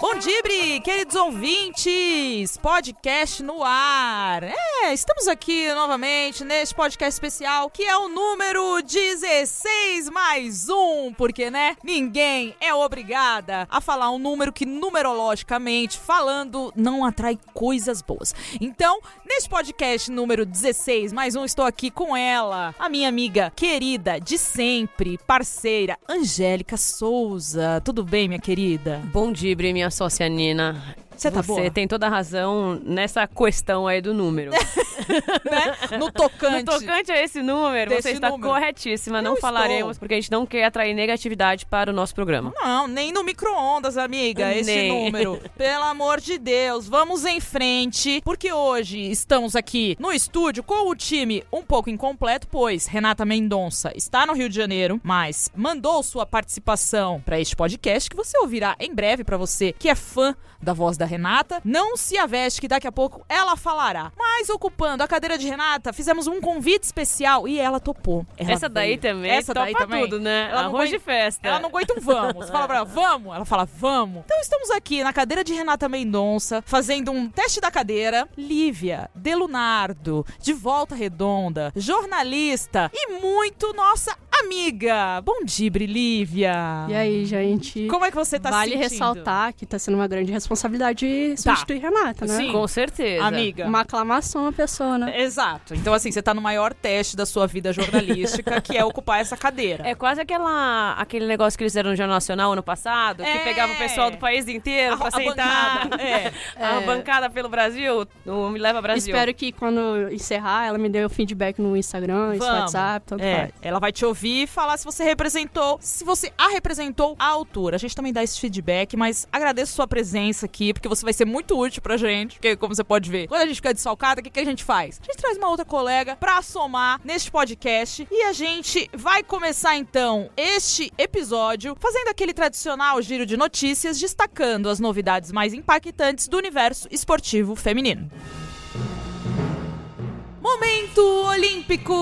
Bom Dibre, queridos ouvintes! Podcast no ar! É, estamos aqui novamente neste podcast especial que é o número 16 mais um, porque, né? Ninguém é obrigada a falar um número que, numerologicamente falando, não atrai coisas boas. Então, neste podcast número 16 mais um, estou aqui com ela, a minha amiga querida de sempre, parceira, Angélica Souza. Tudo bem, minha querida? Bom dia, Bri, minha sócia Nina. Você tá boa? Você tem toda a razão nessa questão aí do número. né? No tocante. No tocante a esse número, Desse você está número. corretíssima. Eu não estou. falaremos, porque a gente não quer atrair negatividade para o nosso programa. Não, nem no micro-ondas, amiga, esse Nem. número. Pelo amor de Deus, vamos em frente, porque hoje estamos aqui no estúdio com o time um pouco incompleto, pois Renata Mendonça está no Rio de Janeiro, mas mandou sua participação para este podcast que você ouvirá em breve para você que é fã da voz da Renata. Não se aveste que daqui a pouco ela falará. Mas ocupando a cadeira de Renata, fizemos um convite especial e ela topou. Ela Essa daí veio. também Essa topa daí também. tudo, né? Ela não Arroz aguenta- de festa. É. Ela não aguenta um vamos. Você fala pra ela, vamos? Ela fala, vamos. Então estamos aqui na cadeira de Renata Mendonça, fazendo um teste da cadeira. Lívia, Delunardo, de Volta Redonda, jornalista e muito nossa amiga. Bom dibre, Lívia. E aí, gente? Como é que você tá se vale sentindo? ressaltar que tá sendo uma grande responsabilidade substituir Renata, né? Tá. Sim. Com certeza. Amiga. Uma aclamação à pessoa, né? Exato. Então, assim, você tá no maior teste da sua vida jornalística, que é ocupar essa cadeira. É quase aquela, aquele negócio que eles fizeram no Jornal Nacional ano passado, É. que pegava o pessoal do país inteiro pra sentar bancada. É. a bancada pelo Brasil, no Me Leva Brasil. Espero que quando encerrar, ela me dê o feedback no Instagram, no Vamos. WhatsApp, tanto É, faz. ela vai te ouvir e falar se você representou, se você a representou à altura. A gente também dá esse feedback, mas agradeço sua presença aqui, porque você vai ser muito útil pra gente. Porque, como você pode ver, quando a gente fica desfalcada, o que, que a gente faz? A gente traz uma outra colega pra somar neste podcast. E a gente vai começar então este episódio fazendo aquele tradicional giro de notícias, destacando as novidades mais impactantes do universo esportivo feminino. Momento Olímpico!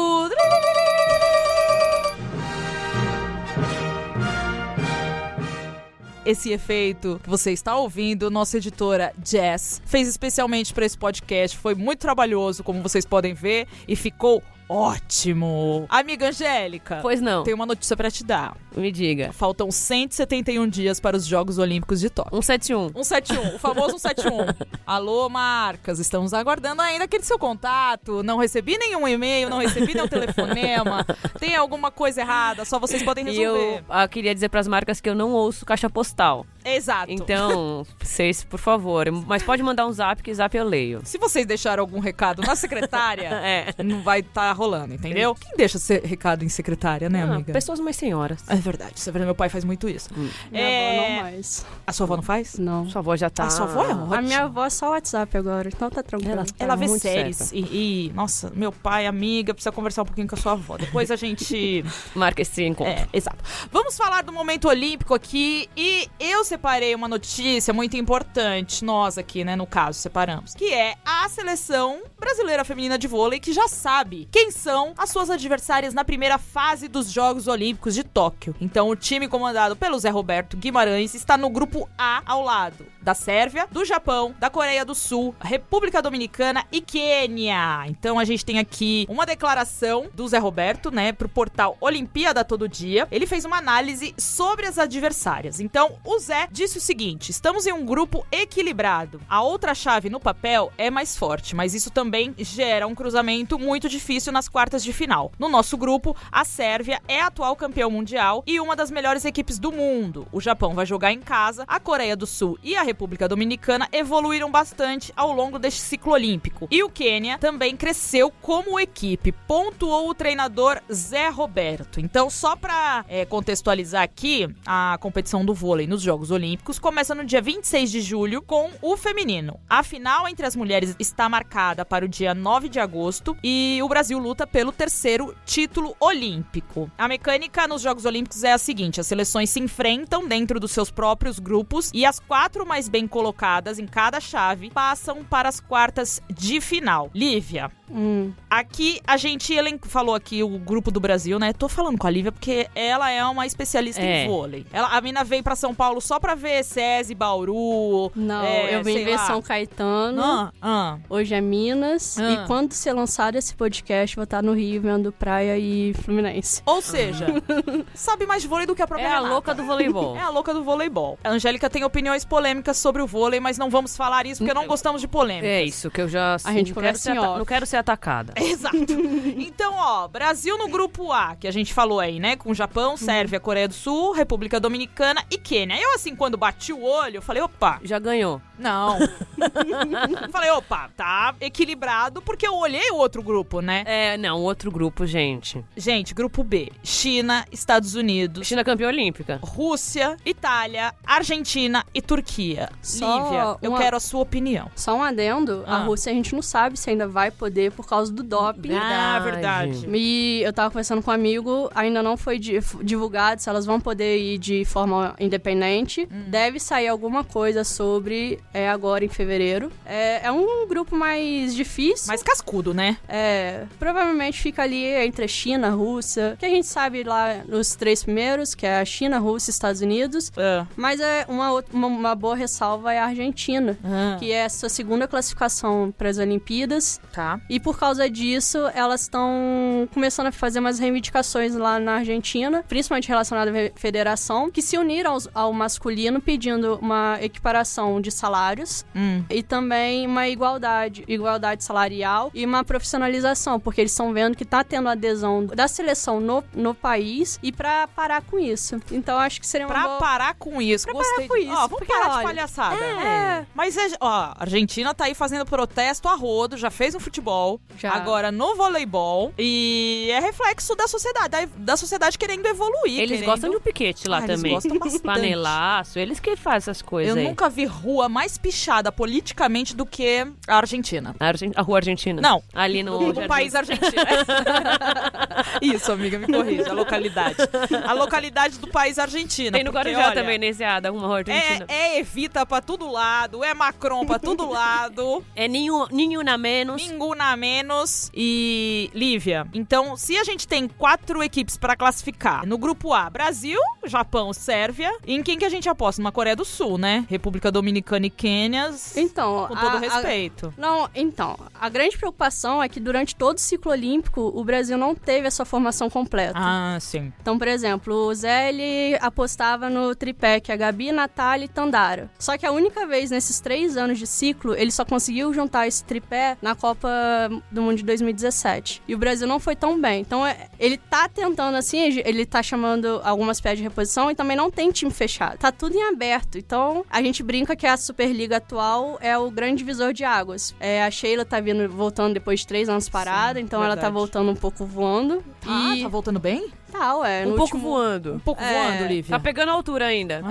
Esse efeito que você está ouvindo, nossa editora Jess fez especialmente para esse podcast. Foi muito trabalhoso, como vocês podem ver, e ficou ótimo. Amiga Angélica, Pois não, tenho uma notícia para te dar. me diga. Faltam 171 dias para os Jogos Olímpicos de Tóquio. 171. 171, o famoso 171. Alô, marcas, estamos aguardando ainda aquele seu contato. Não recebi nenhum e-mail, não recebi nenhum telefonema. Tem alguma coisa errada, só vocês podem E eu resolver. ah, queria dizer pras marcas que eu não ouço caixa postal. Exato. Então, vocês, por favor. Mas pode mandar um zap, que zap eu leio. Se vocês deixaram algum recado na secretária, É. não vai estar rolando, entendeu? Quem deixa se- recado em secretária, né, Ah, Hum. amiga? pessoas mais senhoras. É verdade, isso é verdade, meu pai faz muito isso. Minha É. avó não mais. A sua avó não faz? Não. Sua avó já tá. A sua avó é ótima. A minha avó é só WhatsApp agora, então tá tranquilo. Ela- Ela vê muito séries e, e, nossa, meu pai, amiga, precisa conversar um pouquinho com a sua avó. Depois a gente Marca esse encontro. É, exato. Vamos falar do momento olímpico aqui e eu separei uma notícia muito importante, nós aqui, né, no caso, separamos, que é a seleção brasileira feminina de vôlei que já sabe quem são as suas adversárias na primeira fase dos Jogos Olímpicos de Tóquio. Então, o time comandado pelo Zé Roberto Guimarães está no grupo A ao lado da Sérvia, do Japão, da Coreia do Sul, República Dominicana e Quênia. Então a gente tem aqui uma declaração do Zé Roberto, né, pro portal Olimpíada Todo Dia. Ele fez uma análise sobre as adversárias. Então o Zé disse o seguinte: estamos em um grupo equilibrado. A outra chave no papel é mais forte, mas isso também gera um cruzamento muito difícil nas quartas de final. No nosso grupo, a Sérvia é a atual campeão mundial e uma das melhores equipes do mundo. O Japão vai jogar em casa, a Coreia do Sul e a República Dominicana evoluíram bastante ao longo deste ciclo olímpico. E o Quênia também cresceu como equipe, pontuou o treinador Zé Roberto. Então, só para é, contextualizar aqui, a competição do vôlei nos Jogos Olímpicos começa no dia 26 de julho com o feminino. A final entre as mulheres está marcada para o dia 9 de agosto e o Brasil luta pelo terceiro título olímpico. A mecânica nos Jogos Olímpicos é a seguinte: as seleções se enfrentam dentro dos seus próprios grupos e as quatro mais bem colocadas em cada chave passam para as quartas de final. Lívia, Hum. Aqui a gente elen- falou aqui o grupo do Brasil, né? Tô falando com a Lívia porque ela é uma especialista É. em vôlei. Ela, a mina veio pra São Paulo só pra ver SESI, Bauru. Não, é, eu vim sei ver lá. São Uhum. Caetano. Ah, ah. Hoje é Minas. Ah. E quando ser lançado esse podcast, vou estar no Rio vendo praia e Fluminense. Ou seja, sabe mais de vôlei do que a própria É a Renata. louca do voleibol. É a louca do voleibol. A Angélica tem opiniões polêmicas sobre o vôlei, mas não vamos falar isso porque não gostamos de polêmica. Hum. É isso que eu já assim, gente não quero, conversa ser em ata- off. não quero ser atacada. Exato. Então, ó, Brasil no grupo A, que a gente falou aí, né? Com Uhum. Japão, Sérvia, Coreia do Sul, República Dominicana e Quênia. Eu, assim, quando bati o olho, eu falei, opa, Já ganhou. não. Eu falei, opa, tá equilibrado, porque eu olhei o outro grupo, né? É, não, outro grupo, gente. Gente, grupo B: China, Estados Unidos. China campeã olímpica. Rússia, Itália, Argentina e Turquia. Só Lívia, eu uma- quero a sua opinião. Só um adendo, a Ah. Rússia a gente não sabe se ainda vai poder por causa do doping. Ah, verdade. E eu tava conversando com um amigo, ainda não foi di- divulgado se elas vão poder ir de forma independente. Hum. Deve sair alguma coisa sobre é, agora em fevereiro. É, é um grupo mais difícil. Mas cascudo, né? É, provavelmente fica ali entre a China, a Rússia, que a gente sabe lá nos três primeiros, que é a China, a Rússia e Estados Unidos. Ah. Mas é uma, outra- uma, uma boa ressalva é a Argentina, Ah. que é essa segunda classificação para as Olimpíadas. Tá. E por causa disso, elas estão começando a fazer umas reivindicações lá na Argentina, principalmente relacionada à ve- federação, que se uniram aos- ao masculino pedindo uma equiparação de salários Hum. e também uma igualdade, igualdade salarial e uma profissionalização, porque eles estão vendo que tá tendo adesão da seleção no, no país e pra parar com isso. Então acho que seria uma Pra boa... parar com isso, Pra gostei. parar com de- isso, ó, vamos porque, parar de olha, palhaçada. é. Mas, é- ó, a Argentina tá aí fazendo protesto a rodo, já fez no futebol, Já. agora no voleibol. E é reflexo da sociedade, da, da sociedade querendo evoluir. Eles querendo- gostam de um piquete lá né? Ah, eles também. gostam bastante. Panelaço, eles que fazem essas coisas Eu aí. nunca vi rua mais pichada politicamente do que a Argentina. A, Argen- a rua argentina. Não. Ali no O Jardim. país argentino. Isso, amiga, me corrija. A localidade. A localidade do país argentino. Tem no porque, Guarujá olha, também, né? Um nesse Ada, uma rua argentina. É, é Evita pra todo lado, é Macron pra todo lado. É, nenhum, nenhum na menos. Ninguna menos e Lívia. Então, se a gente tem quatro equipes pra classificar, no grupo A, Brasil, Japão, Sérvia, em quem que a gente aposta? Na Coreia do Sul, né? República Dominicana e Quênia. Então, com a- todo a- respeito. Não, então, a grande preocupação é que durante todo o ciclo olímpico, o Brasil não teve a sua formação completa. Ah, sim. Então, por exemplo, o Zé ele apostava no tripé, que é a Gabi, Natália e Tandara. Só que a única vez nesses três anos de ciclo, ele só conseguiu juntar esse tripé na Copa do Mundo de 2017. E o Brasil não foi tão bem. Então, é- ele tá tentando assim, ele tá chamando algumas peças de reposição e também não tem time fechado. Tá tudo em aberto. Então, a gente brinca que a Superliga atual é o grande divisor de águas. É, a Sheila tá vindo, voltando depois de três anos parada, então ela tá verdade. voltando um pouco voando. Ah, e tá voltando bem? tá, ué. um no pouco último- Um voando. pouco É. voando, Lívia. Tá pegando altura ainda.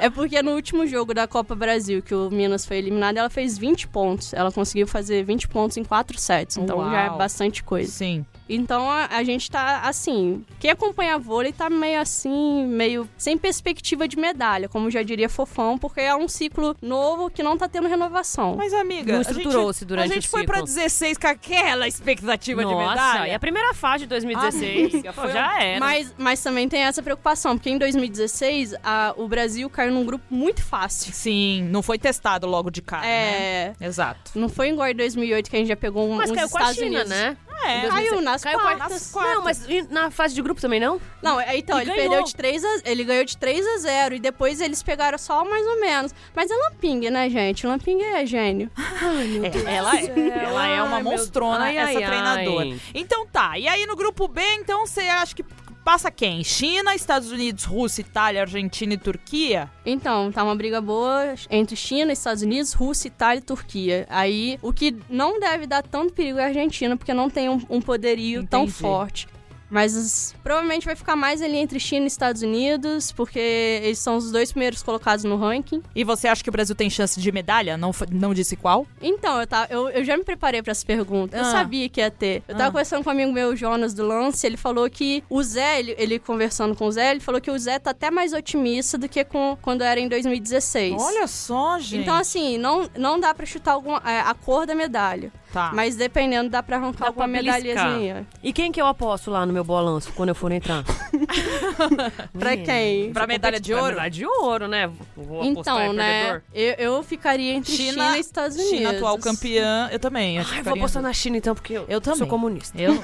É porque no último jogo da Copa Brasil, que o Minas foi eliminado, ela fez 20 pontos. Ela conseguiu fazer 20 pontos em 4 sets. Então Uau. já é bastante coisa. Sim. Então a, a gente tá assim. Quem acompanha vôlei tá meio assim, meio sem perspectiva de medalha, como já diria fofão, porque é um ciclo novo que não tá tendo renovação. Mas, amiga, Não a gente- estruturou-se durante A gente o foi pra ciclo. 16 com aquela expectativa de Nossa, é medalha. e a primeira fase de 2016 Amiga, foi já era. Mas, mas também tem essa preocupação, porque em 2016 a- o Brasil caiu num grupo muito fácil. Sim, não foi testado logo de Ah, cara, né? É. Exato. Não foi igual em 2008 que a gente já pegou um, Mas uns caiu com a Estados China, Unidos. né? É, Caiu nas Caiu com a- quartas. nas quartas. Não, mas e na fase de grupo também não? Não, é- então, E ele ganhou. perdeu de 3 a, ele ganhou de 3 a 0 e depois eles pegaram só mais ou menos. Mas é Lamping, né, gente? Lamping é gênio. Ai, meu Deus. Ela, ela é uma Ai, meu- monstrona, ai, essa ai, treinadora. ai. Então tá, e aí no grupo B, então você acha que Passa quem? China, Estados Unidos, Rússia, Itália, Argentina e Turquia? Então, tá uma briga boa entre China, Estados Unidos, Rússia, Itália e Turquia. Aí, o que não deve dar tanto perigo é a Argentina, porque não tem um, um poderio tão Entendi. forte. Mas as- provavelmente vai ficar mais ali entre China e Estados Unidos, porque eles são os dois primeiros colocados no ranking. E você acha que o Brasil tem chance de medalha? Não, fa- não disse qual? Então, eu, tava, eu, eu já me preparei pra essa pergunta. Eu Ah. sabia que ia ter. Eu tava Ah. conversando com um amigo meu, o Jonas do Lance, ele falou que o Zé, ele, ele conversando com o Zé, ele falou que o Zé tá até mais otimista do que com, quando era em 2016. Olha só, gente. Então, assim, não, não dá pra chutar alguma, é, a cor da medalha. tá. Mas dependendo, dá pra arrancar Dá alguma pra beliscar. medalhazinha. E quem que eu aposto lá no meu balanço quando eu for entrar? Pra quem? pra medalha de Pra ouro? medalha de ouro, né? Vou apostar Então, em né? perdedor. Eu, eu ficaria entre China, e Estados Unidos. China, atual campeã. Eu também. acho que Ai, vou ficaria- apostar na China então, porque eu, Eu também. sou comunista. Eu,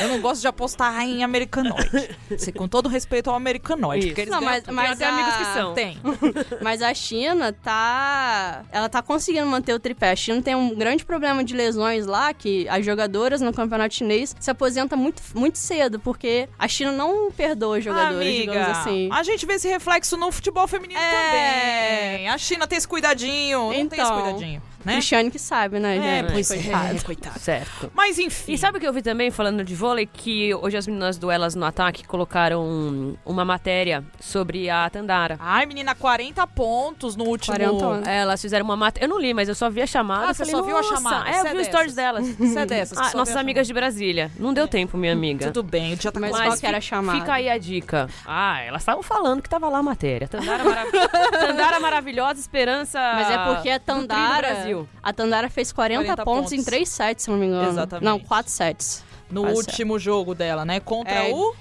eu não gosto de apostar em americanoide. Assim, com todo respeito ao americanoide. Isso. Porque eles Não, ganham mas, Eu mas tenho a... amigos que são. Tem. Mas a China tá. Ela tá conseguindo manter o tripé. A China tem um grande problema de lesões lá, que as jogadoras no campeonato chinês se aposentam muito, muito cedo, porque a China não perdoa os jogadores, Ah, Amiga, digamos assim. a gente vê esse reflexo no futebol feminino É. também. A China tem esse cuidadinho, não tem esse Então, cuidadinho, né? Cristiane que sabe, né, É, gente? pois é, Coitada. coitado. Certo. Mas enfim. E sabe o que eu vi também falando de vôlei? Que hoje as meninas do Elas no Ataque colocaram uma matéria sobre a Tandara. Ai, menina, 40 pontos no último. 40 anos. É, Elas fizeram uma matéria. Eu não li, mas eu só vi a chamada. Ah, Eu você falei, só viu a "Nossa". chamada. É, Você eu é vi o dessas. stories delas. Você é dessas. que Ah, só nossas vê a amigas de Brasília. Não deu tempo, minha chamada. amiga. Tudo bem, o dia tá Mas quase qual que era a fi- chamada? Fica aí a dica. Ah, elas estavam falando que tava lá a matéria. Tandara, marav- Tandara maravilhosa, esperança. Mas é Ah, porque a do tri do Tandara. Brasil. A Tandara fez 40, 40 pontos, em pontos. 3 sets, se não me engano. Exatamente. Não, 4 sets. no Tá certo. último jogo dela, né? Contra É, o.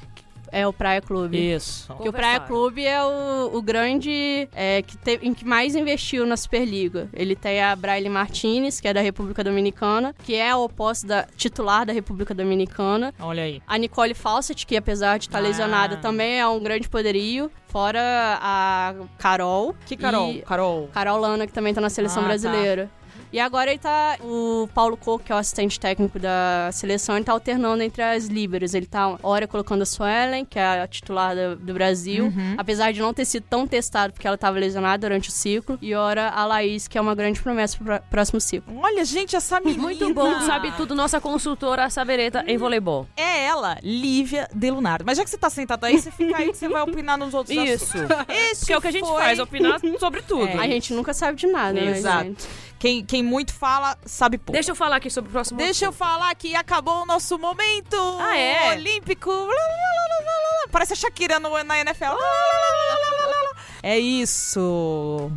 É o Praia Clube. Isso. Porque o Conversaram. Praia Clube é o, o grande é, que te- em que mais investiu na Superliga. Ele tem a Braille Martinez, que é da República Dominicana, que é a oposta da, titular da República Dominicana. Olha aí. A Nicole Fawcett, que apesar de estar Ah. lesionada, também é um grande poderio. Fora a Carol. Que Carol? E- Carol. Carol Lana, que também tá na Ah, seleção tá. brasileira. E agora ele tá. O Paulo Coco, que é o assistente técnico da seleção, ele tá alternando entre as líderes. Ele tá, hora colocando a Suelen, que é a titular do, do Brasil, Uhum. apesar de não ter sido tão testado porque ela tava lesionada durante o ciclo, e hora a Laís, que é uma grande promessa pro pro- próximo ciclo. Olha, gente, essa menina. Muito bom, sabe tudo. Nossa consultora sabereta em voleibol. É ela, Lívia Delunardo. Mas já que você tá sentada aí, você fica aí que você vai opinar nos outros Isso. assuntos. Isso. Que é o que a gente foi- faz, opinar sobre tudo. É. A gente nunca sabe de nada, Exato. Tá né? Gente? Quem, quem muito fala, sabe pouco. Deixa eu falar aqui sobre o próximo. Deixa eu falar que acabou o nosso momento Ah, é? olímpico. Lá, lá, lá, lá, lá, lá. Parece a Shakira no- na NFL. Lá, lá, lá, lá, lá, lá, lá, lá. É isso.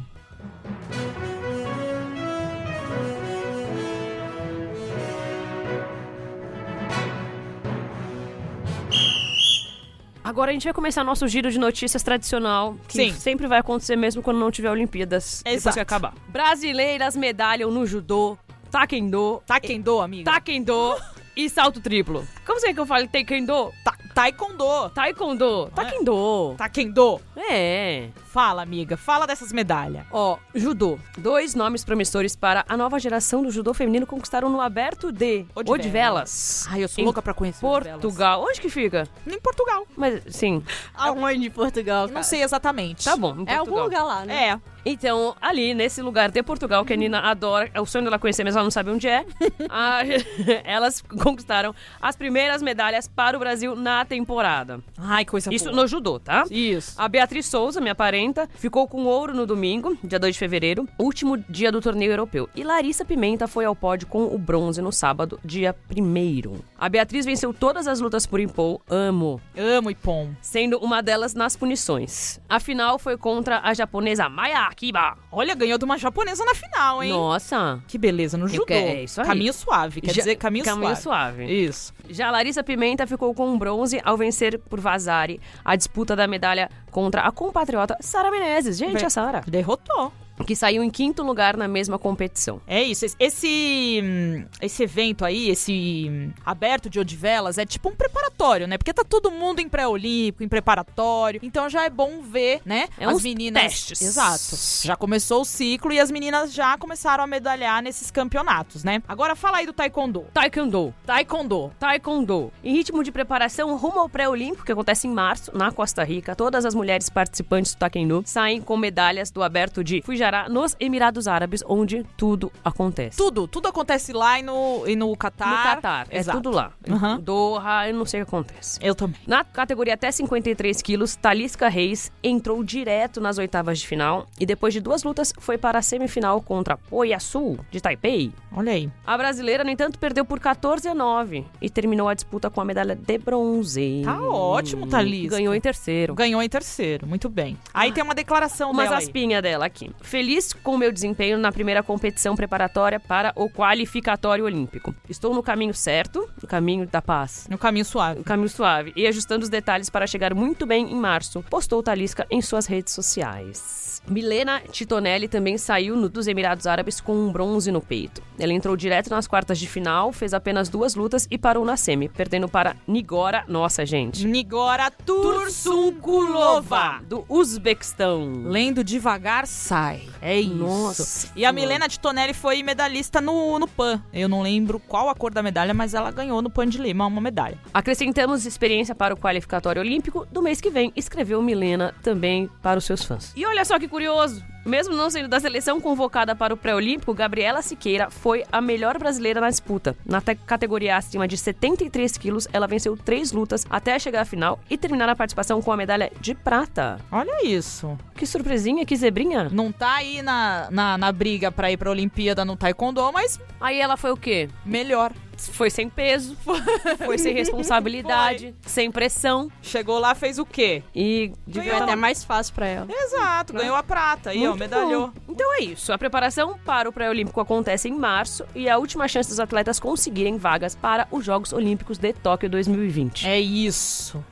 Agora a gente vai começar nosso giro de notícias tradicional, que Sim. sempre vai acontecer mesmo quando não tiver Olimpíadas, depois Exato. que acabar. Brasileiras medalham no judô, taekwondo, Taekwondo, amiga. taekwondo e salto triplo. Como será que eu falo taekwondo? Ta taekwondo. Taekwondo, taekwondo. Taekwondo. É. Fala, amiga. Fala dessas medalhas. Ó, judô. Dois nomes promissores para a nova geração do judô feminino conquistaram no aberto de Odivelas. Odivelas. Ai, eu sou Em louca pra conhecer Portugal. Portugal. Onde que fica? Em Portugal. Mas, sim. É um Aonde em Portugal? Não sei exatamente. Tá bom. em É algum Portugal. lugar lá, né? É. Então, ali, nesse lugar de Portugal, que a Nina adora, é o sonho dela conhecer, mas ela não sabe onde é, a- elas conquistaram as primeiras medalhas para o Brasil na temporada. Ai, coisa Isso boa. no judô, tá? Isso. A Beatriz Souza, minha parenta, ficou com ouro no domingo, dia 2 de fevereiro, último dia do torneio europeu. E Larissa Pimenta foi ao pódio com o bronze no sábado, dia 1 A Beatriz venceu todas as lutas por impor, amo, Amo Ipom. sendo uma delas nas punições. A final foi contra a japonesa Maya Akiba. Olha, ganhou de uma japonesa na final, hein? Nossa! Que beleza, no judô. que- é isso aí. Caminho suave, quer Já- dizer caminho, suave. Isso. Já Larissa Pimenta ficou com bronze ao vencer por Vazari a disputa da medalha contra a compatriota Sara Menezes. Gente, Bem- a Sara. Derrotou. que saiu em quinto lugar na mesma competição. É isso. esse- Esse, hum, esse evento aí, esse hum, aberto de Odivelas, é tipo um preparatório, né? Porque tá todo mundo em pré-olímpico, em preparatório. Então já é bom ver, né? É as uns meninas. testes. Exato. Já começou o ciclo e as meninas já começaram a medalhar nesses campeonatos, né? Agora fala aí do Taekwondo. Taekwondo. Taekwondo. Taekwondo. Em ritmo de preparação rumo ao pré-olímpico, que acontece em março, na Costa Rica, todas as mulheres participantes do Taekwondo saem com medalhas do aberto de Fujairah, nos Emirados Árabes, onde tudo acontece. Tudo, tudo acontece lá e no, e no Catar. No Catar, é Exato. tudo lá. Aham. Doha, eu não sei o que acontece. Eu também. Na categoria até 53 quilos, Talisca Reis entrou direto nas oitavas de final e depois de duas lutas foi para a semifinal contra Poyasu, de Taipei. Olha aí. A brasileira, no entanto, perdeu por 14 a 9 e terminou a disputa com a medalha de bronze. Tá ótimo, Talisca. Ganhou em terceiro. Ganhou em terceiro, muito bem. Aí Ah. tem uma declaração Umas dela aí. aspinhas dela aqui. Feliz com o meu desempenho na primeira competição preparatória para o qualificatório olímpico. Estou no caminho certo, no caminho da paz. No caminho suave. no Caminho suave e ajustando os detalhes para chegar muito bem em março, postou Talisca em suas redes sociais. Milena Titonelli também saiu no- dos Emirados Árabes com um bronze no peito. Ela entrou direto nas quartas de final, fez apenas duas lutas e parou na semi, perdendo para Nigora, nossa gente, Nigora Tursunkulova. Tursunkulova do Uzbequistão. Lendo devagar, sai. É isso. E Nossa a Senhora. Milena Titonelli foi medalhista no, no PAN. Eu não lembro qual a cor da medalha, mas ela ganhou no PAN de Lima uma medalha. Acrescentamos experiência para o qualificatório olímpico do mês que vem, escreveu Milena também para os seus fãs. E olha só que curioso, mesmo não sendo da seleção convocada para o pré-olímpico, Gabriela Siqueira foi a melhor brasileira na disputa. Na te- categoria acima de 73 quilos, ela venceu três lutas até chegar à final e terminar a participação com a medalha de prata. Olha isso. Que surpresinha, que zebrinha. Não tá aí na, na, na briga pra ir pra Olimpíada no Taekwondo, mas Aí ela foi o quê? melhor. Foi sem peso, foi sem responsabilidade, sem pressão Chegou lá, fez o quê? e Foi tá. até mais fácil pra ela. Exato, ganhou a prata. E ó, Né? Muito medalhou. bom. Então é isso. A preparação para o pré-olímpico acontece em março e é a última chance dos atletas conseguirem vagas para os Jogos Olímpicos de Tóquio 2020. É isso.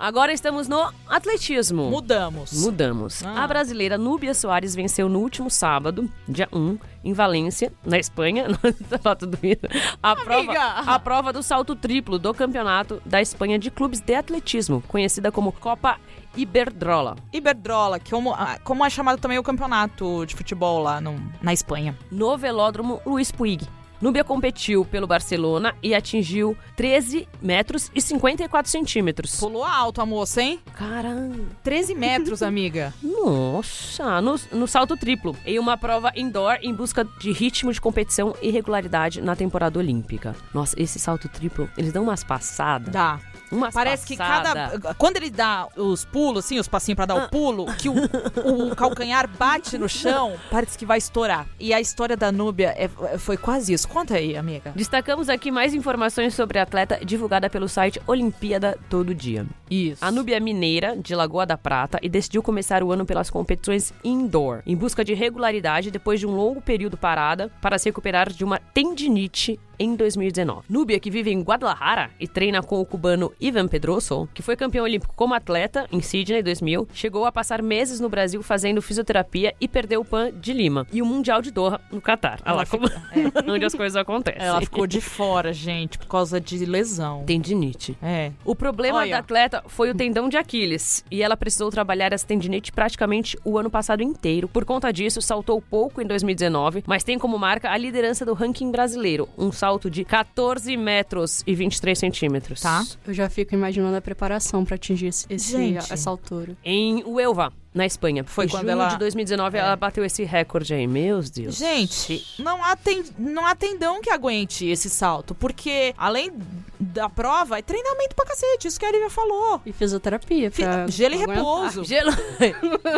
Agora estamos no atletismo. Mudamos. Mudamos. Ah. A brasileira Núbia Soares venceu no último sábado, dia 1, em Valência, na Espanha. Nossa, tá tudo isso. A prova, a prova do salto triplo do campeonato da Espanha de clubes de atletismo, conhecida como Copa Iberdrola. Iberdrola, que como, ah, como é chamado também o campeonato de futebol lá no- na Espanha. no velódromo Luiz Puig. Núbia competiu pelo Barcelona e atingiu 13 metros e 54 centímetros. Pulou alto a moça, hein? Caramba! 13 metros, amiga. Nossa! No, no salto triplo, em uma prova indoor em busca de ritmo de competição e regularidade na temporada olímpica. Nossa, esse salto triplo, eles dão umas passadas. Dá. Umas Parece que passadas. cada. Quando ele dá os pulos, assim, os passinhos pra dar o pulo, que o, o calcanhar bate no chão, parece que vai estourar. E a história da Núbia é- foi quase isso. Conta aí, amiga. Destacamos aqui mais informações sobre a atleta divulgada pelo site Olimpíada Todo Dia. Isso. A Núbia é mineira, de Lagoa da Prata, e decidiu começar o ano pelas competições indoor, em busca de regularidade depois de um longo período parada para se recuperar de uma tendinite em 2019. Núbia, que vive em Guadalajara e treina com o cubano Ivan Pedroso, que foi campeão olímpico como atleta em Sydney 2000, chegou a passar meses no Brasil fazendo fisioterapia e perdeu o PAN de Lima e o Mundial de Doha no Catar. Olha lá Ela como... onde as coisas acontecem. Ela ficou de fora, gente, por causa de lesão. Tendinite. É. O problema Olha. da atleta foi o tendão de Aquiles e ela precisou trabalhar essa tendinite praticamente o ano passado inteiro. Por conta disso, saltou pouco em 2019, mas tem como marca a liderança do ranking brasileiro, um salto de 14 metros e 23 centímetros. Tá. Eu já fico imaginando a preparação pra atingir esse, esse, Gente. essa altura. Em Uelva, na Espanha. Foi em quando junho ela- É. de 2019 ela bateu esse recorde aí. Meus Deus. Gente, não há, ten- não há tendão que aguente esse salto, porque além da prova, é treinamento pra cacete, isso que a Lívia falou. E fisioterapia. Fi- Pra Gelo e aguentar. repouso. Gelo...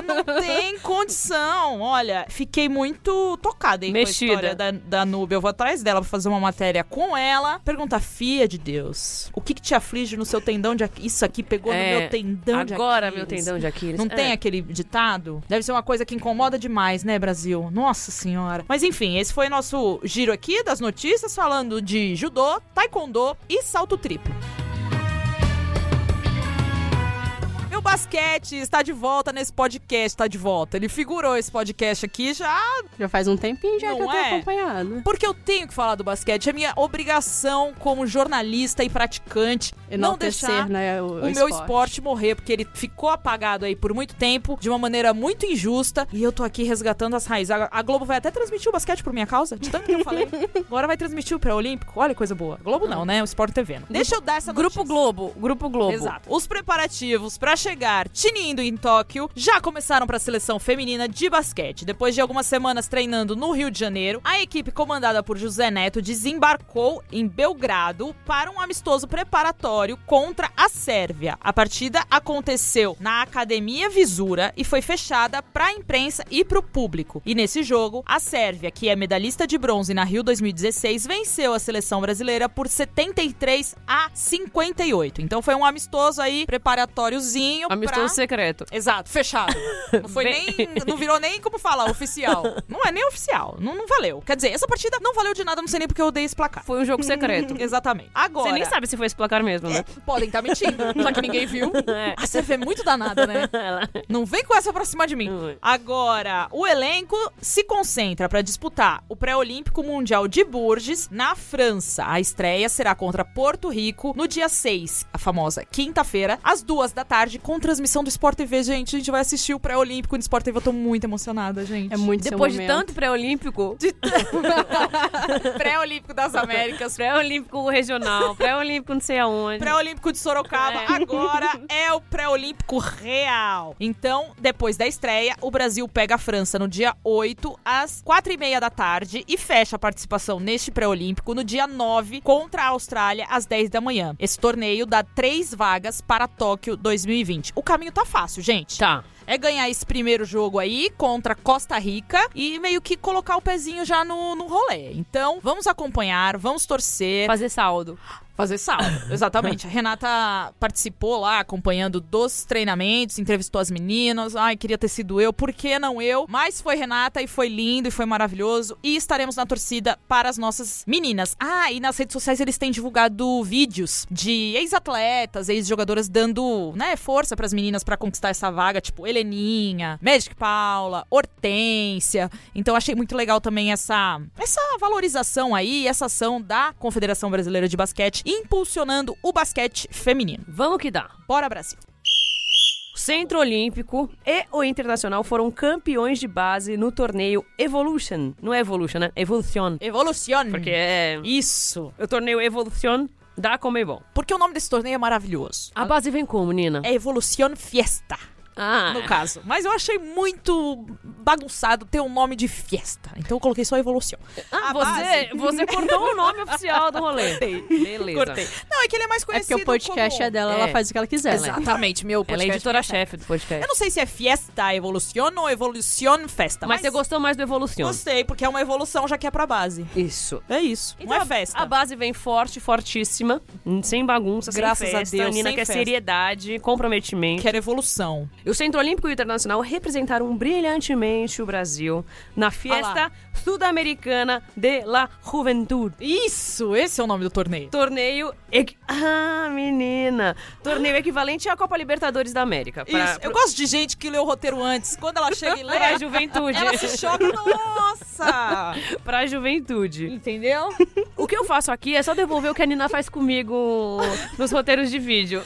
Não tem condição. Olha, fiquei muito tocada hein, com Mexida. a história da, da Nubia. Eu vou atrás dela pra fazer uma matéria com ela. Pergunta, filha de Deus, o que, que te aflige no seu tendão de Aquiles? Isso aqui pegou É, no meu tendão de Agora, Aquiles. meu tendão de Aquiles. Não É. tem aquele ditado? Deve ser uma coisa que incomoda demais, né, Brasil? Nossa senhora. Mas enfim, esse foi nosso giro aqui das notícias falando de judô, taekwondo e salto triplo. Meu basquete está de volta nesse podcast, está de volta. Ele figurou esse podcast aqui já Já faz um tempinho já Não que eu tô é? acompanhando. porque eu tenho que falar do basquete. É minha obrigação como jornalista e praticante não Enaltecer, deixar né, o, o meu esporte morrer, porque ele ficou apagado aí por muito tempo, de uma maneira muito injusta, e eu tô aqui resgatando as raízes. A a Globo vai até transmitir o basquete por minha causa, de tanto que eu falei. Agora vai transmitir o pré-olímpico. Olha que coisa boa. Globo não, né? O Sport TV. Né? Deixa eu dar essa Grupo notícia. Globo, Grupo Globo. Exato. Os preparativos pra chegar tinindo em Tóquio já começaram pra seleção feminina de basquete. Depois de algumas semanas treinando no Rio de Janeiro, a equipe comandada por José Neto desembarcou em Belgrado para um amistoso preparatório contra a Sérvia. A partida aconteceu na Academia Visura e foi fechada pra imprensa e pro público. E nesse jogo, a Sérvia, que é medalhista de bronze na Rio 2016, venceu a seleção brasileira por 73 a 58. Então foi um amistoso aí, preparatóriozinho Amistoso é pra... secreto. Exato, fechado. Não foi nem. Não virou nem como falar, oficial. Não é nem oficial. Não, não valeu. Quer dizer, essa partida não valeu de nada, não sei nem porque eu odeio esse placar. Foi um jogo secreto. Exatamente. Agora. Você nem sabe se foi esse placar mesmo, né? Podem estar mentindo, já que ninguém viu. É. A Sérvia é muito danada, né? Ela- Não vem com essa pra cima de mim. Não. Agora, o elenco se concentra pra disputar o pré-olímpico mundial de Bourges na França. A estreia será contra Porto Rico no dia 6, a famosa quinta-feira, às duas da tarde, com transmissão do Sport TV, gente. A gente vai assistir o pré-olímpico no Sport TV. Eu tô muito emocionada, gente. É muito seu Depois de momento. É tanto pré-olímpico, pré-olímpico das Américas. pré-olímpico regional, pré-olímpico não sei aonde. Pré-olímpico de Sorocaba É. agora é o pré-olímpico real. Então, depois da estreia, o Brasil pega a França no dia 8 às 4 e meia da tarde e fecha a participação neste pré-olímpico no dia 9 contra a Austrália às 10 da manhã. Esse torneio dá três vagas para Tóquio 2020. O caminho tá fácil, gente. Tá. É ganhar esse primeiro jogo aí contra Costa Rica e meio que colocar o pezinho já no, no rolê. Então, vamos acompanhar, vamos torcer. Fazer saldo. Fazer saldo, exatamente. A Renata participou lá, acompanhando dos treinamentos, entrevistou as meninas. Ai, queria ter sido eu, por que não eu? Mas foi Renata e foi lindo e foi maravilhoso. E estaremos na torcida para as nossas meninas. Ah, e nas redes sociais eles têm divulgado vídeos de ex-atletas, ex-jogadoras dando, né, força para as meninas para conquistar essa vaga, tipo Heleninha, Magic Paula, Hortência. Então achei muito legal também essa, essa valorização aí, essa ação da Confederação Brasileira de Basquete impulsionando o basquete feminino. Vamos que dá. Bora, Brasil. O Centro Olímpico e o Internacional foram campeões de base no torneio Evolution. Não é Evolution, né? Evolution. Evolucione. Porque é. Isso. O torneio Evolution da Comebol. Porque o nome desse torneio é maravilhoso. A base vem como, Nina? É Evolucione Fiesta, Ah, no caso. Mas eu achei muito bagunçado ter um nome de fiesta. Então eu coloquei só Evolucione. ah, a você, base. você cortou o nome oficial do rolê. Beleza. Cortei. Não, é que ele é mais É conhecido porque o podcast como- é dela, É. ela faz o que ela quiser. né? Exatamente, meu Ela podcast. assim. é editora-chefe do podcast. Eu não sei se é Fiesta Evolucione ou Evolucione Festa. mas, você gostou mais do Evolution. Gostei, porque é uma evolução já que é pra base. Isso. É isso. Então, não a- é festa. A base vem forte, fortíssima, sem bagunça, Graças sem a festa. Deus, Nina sem quer festa. seriedade, comprometimento. Quero é evolução. E o Centro Olímpico Internacional representaram brilhantemente o Brasil na Ah Fiesta Sudamericana de la Juventude. Isso, esse é o nome do torneio. Torneio. equi- Ah, menina! Torneio equivalente à Copa Libertadores da América. pra- Ah. Isso. Eu pro- gosto de gente que lê o roteiro antes. Quando ela chega e lê, Pra juventude. ela se choca. Nossa! Pra juventude. Entendeu? O que eu faço aqui é só devolver o que a Nina faz comigo nos roteiros de vídeo.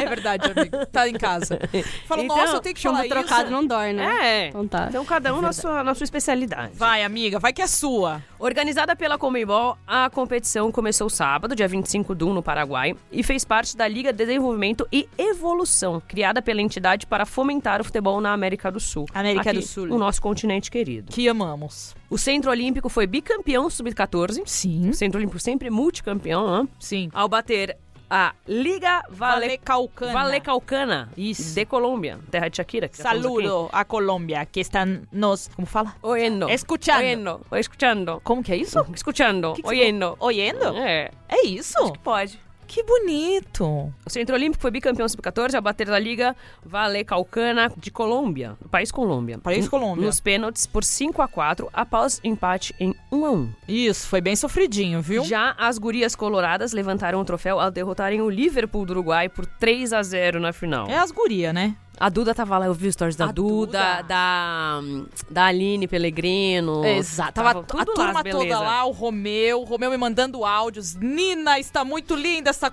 É verdade, amigo. Tá em casa. Fala, Então, nossa, eu tenho que Chumbo falar isso. trocado não dói, né? É. Então tá. Então cada um na sua, na sua especialidade. Vai, amiga, vai que é sua. Organizada pela Comembol, a competição começou sábado, dia 25 de 1, no Paraguai, e fez parte da Liga de Desenvolvimento e Evolução, criada pela entidade para fomentar o futebol na América do Sul. América Aqui, do Sul. O nosso continente querido. Que amamos. O Centro Olímpico foi bicampeão sub-14. Sim, O Centro Olímpico sempre multicampeão, né? sim. Ao bater a Liga Vale... Valecaucana. Valecalcana Isso. de Colômbia, terra de Shakira. que já falamos aqui. Saludo a Colômbia, que está nos... Como fala? Então. Oyendo. Escuchando. Oyendo. Escuchando. Como que é isso? Escuchando. Que que você Oyendo. Oyendo? É. É isso? Pode. Que bonito. O Centro Olímpico foi bicampeão sub-14 ao bater da Liga Vale Calcana de Colômbia, do país Colômbia. País N- Colômbia. Nos pênaltis por 5 a 4 após empate em 1 a 1. Isso, foi bem sofridinho, viu? Já as gurias coloradas levantaram o troféu ao derrotarem o Liverpool do Uruguai por 3 a 0 na final. É as guria, né? A Duda tava lá, eu vi os stories da A Duda, Duda. da da Aline Pellegrino. Exato. Tava, É, tudo a lá, turma as beleza. toda lá, o Romeu, o Romeu me mandando áudios. Nina, está muito linda essa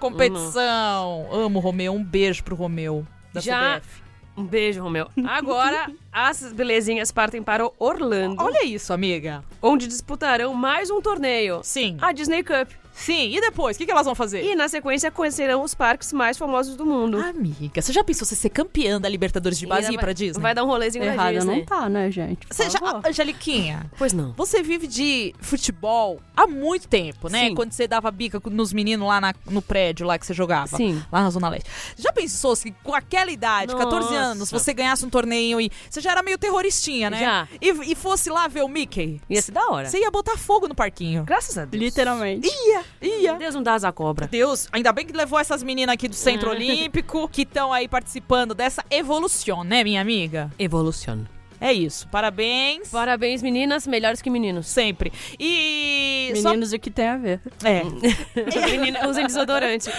competição. Amo o Romeu, um beijo pro Romeu. Da Uhum. Já- CBF. Um beijo, Romeu. Agora as belezinhas partem para Orlando, Olha isso, amiga. onde disputarão mais um torneio, Sim. a Disney Cup. Sim, e depois, o que, que elas vão fazer? Ah. E na sequência conhecerão os parques mais famosos do mundo. Amiga, você já pensou você ser campeã da Libertadores de Ah, base e ir vai- pra Disney? Vai dar um rolezinho Então, na Errada assim. Disney. não tá, né, gente? Por Você já, favor. Angeliquinha, Pois não. você vive de futebol há muito tempo, né? Sim. Quando você dava bica com- nos meninos lá na- no prédio lá que você jogava. Sim. Lá na Zona Leste. Já pensou se com aquela idade, 14 Nossa. anos, você ganhasse um torneio e. Você já era meio terroristinha, né? Já. É. E, e fosse lá ver o Mickey? Ia ser da hora. Você ia botar fogo no parquinho. Graças a Deus. Literalmente. Ia, ia. Deus não dá asa à cobra. Deus, ainda bem que levou essas meninas aqui do É. Centro Olímpico que estão aí participando dessa evolução, né, minha amiga? Evoluciona. É isso. Parabéns. Parabéns, meninas, melhores que meninos. Sempre. E. só- Meninos, o que tem a ver? É. Menina, usem desodorante.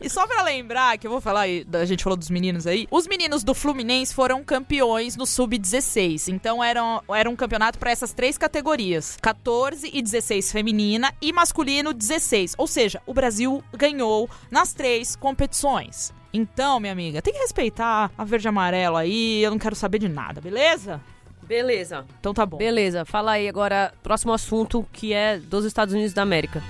E só pra lembrar, que eu vou falar, aí, a gente falou dos meninos aí, os meninos do Fluminense foram campeões no Sub-16. Então eram, era um campeonato pra essas três categorias: 14 e 16 feminina e masculino 16. Ou seja, o Brasil ganhou nas três competições. Então, minha amiga, tem que respeitar a verde e amarelo aí, eu não quero saber de nada, beleza? Beleza. Então tá bom. Beleza, fala aí agora, próximo assunto que é dos Estados Unidos da América.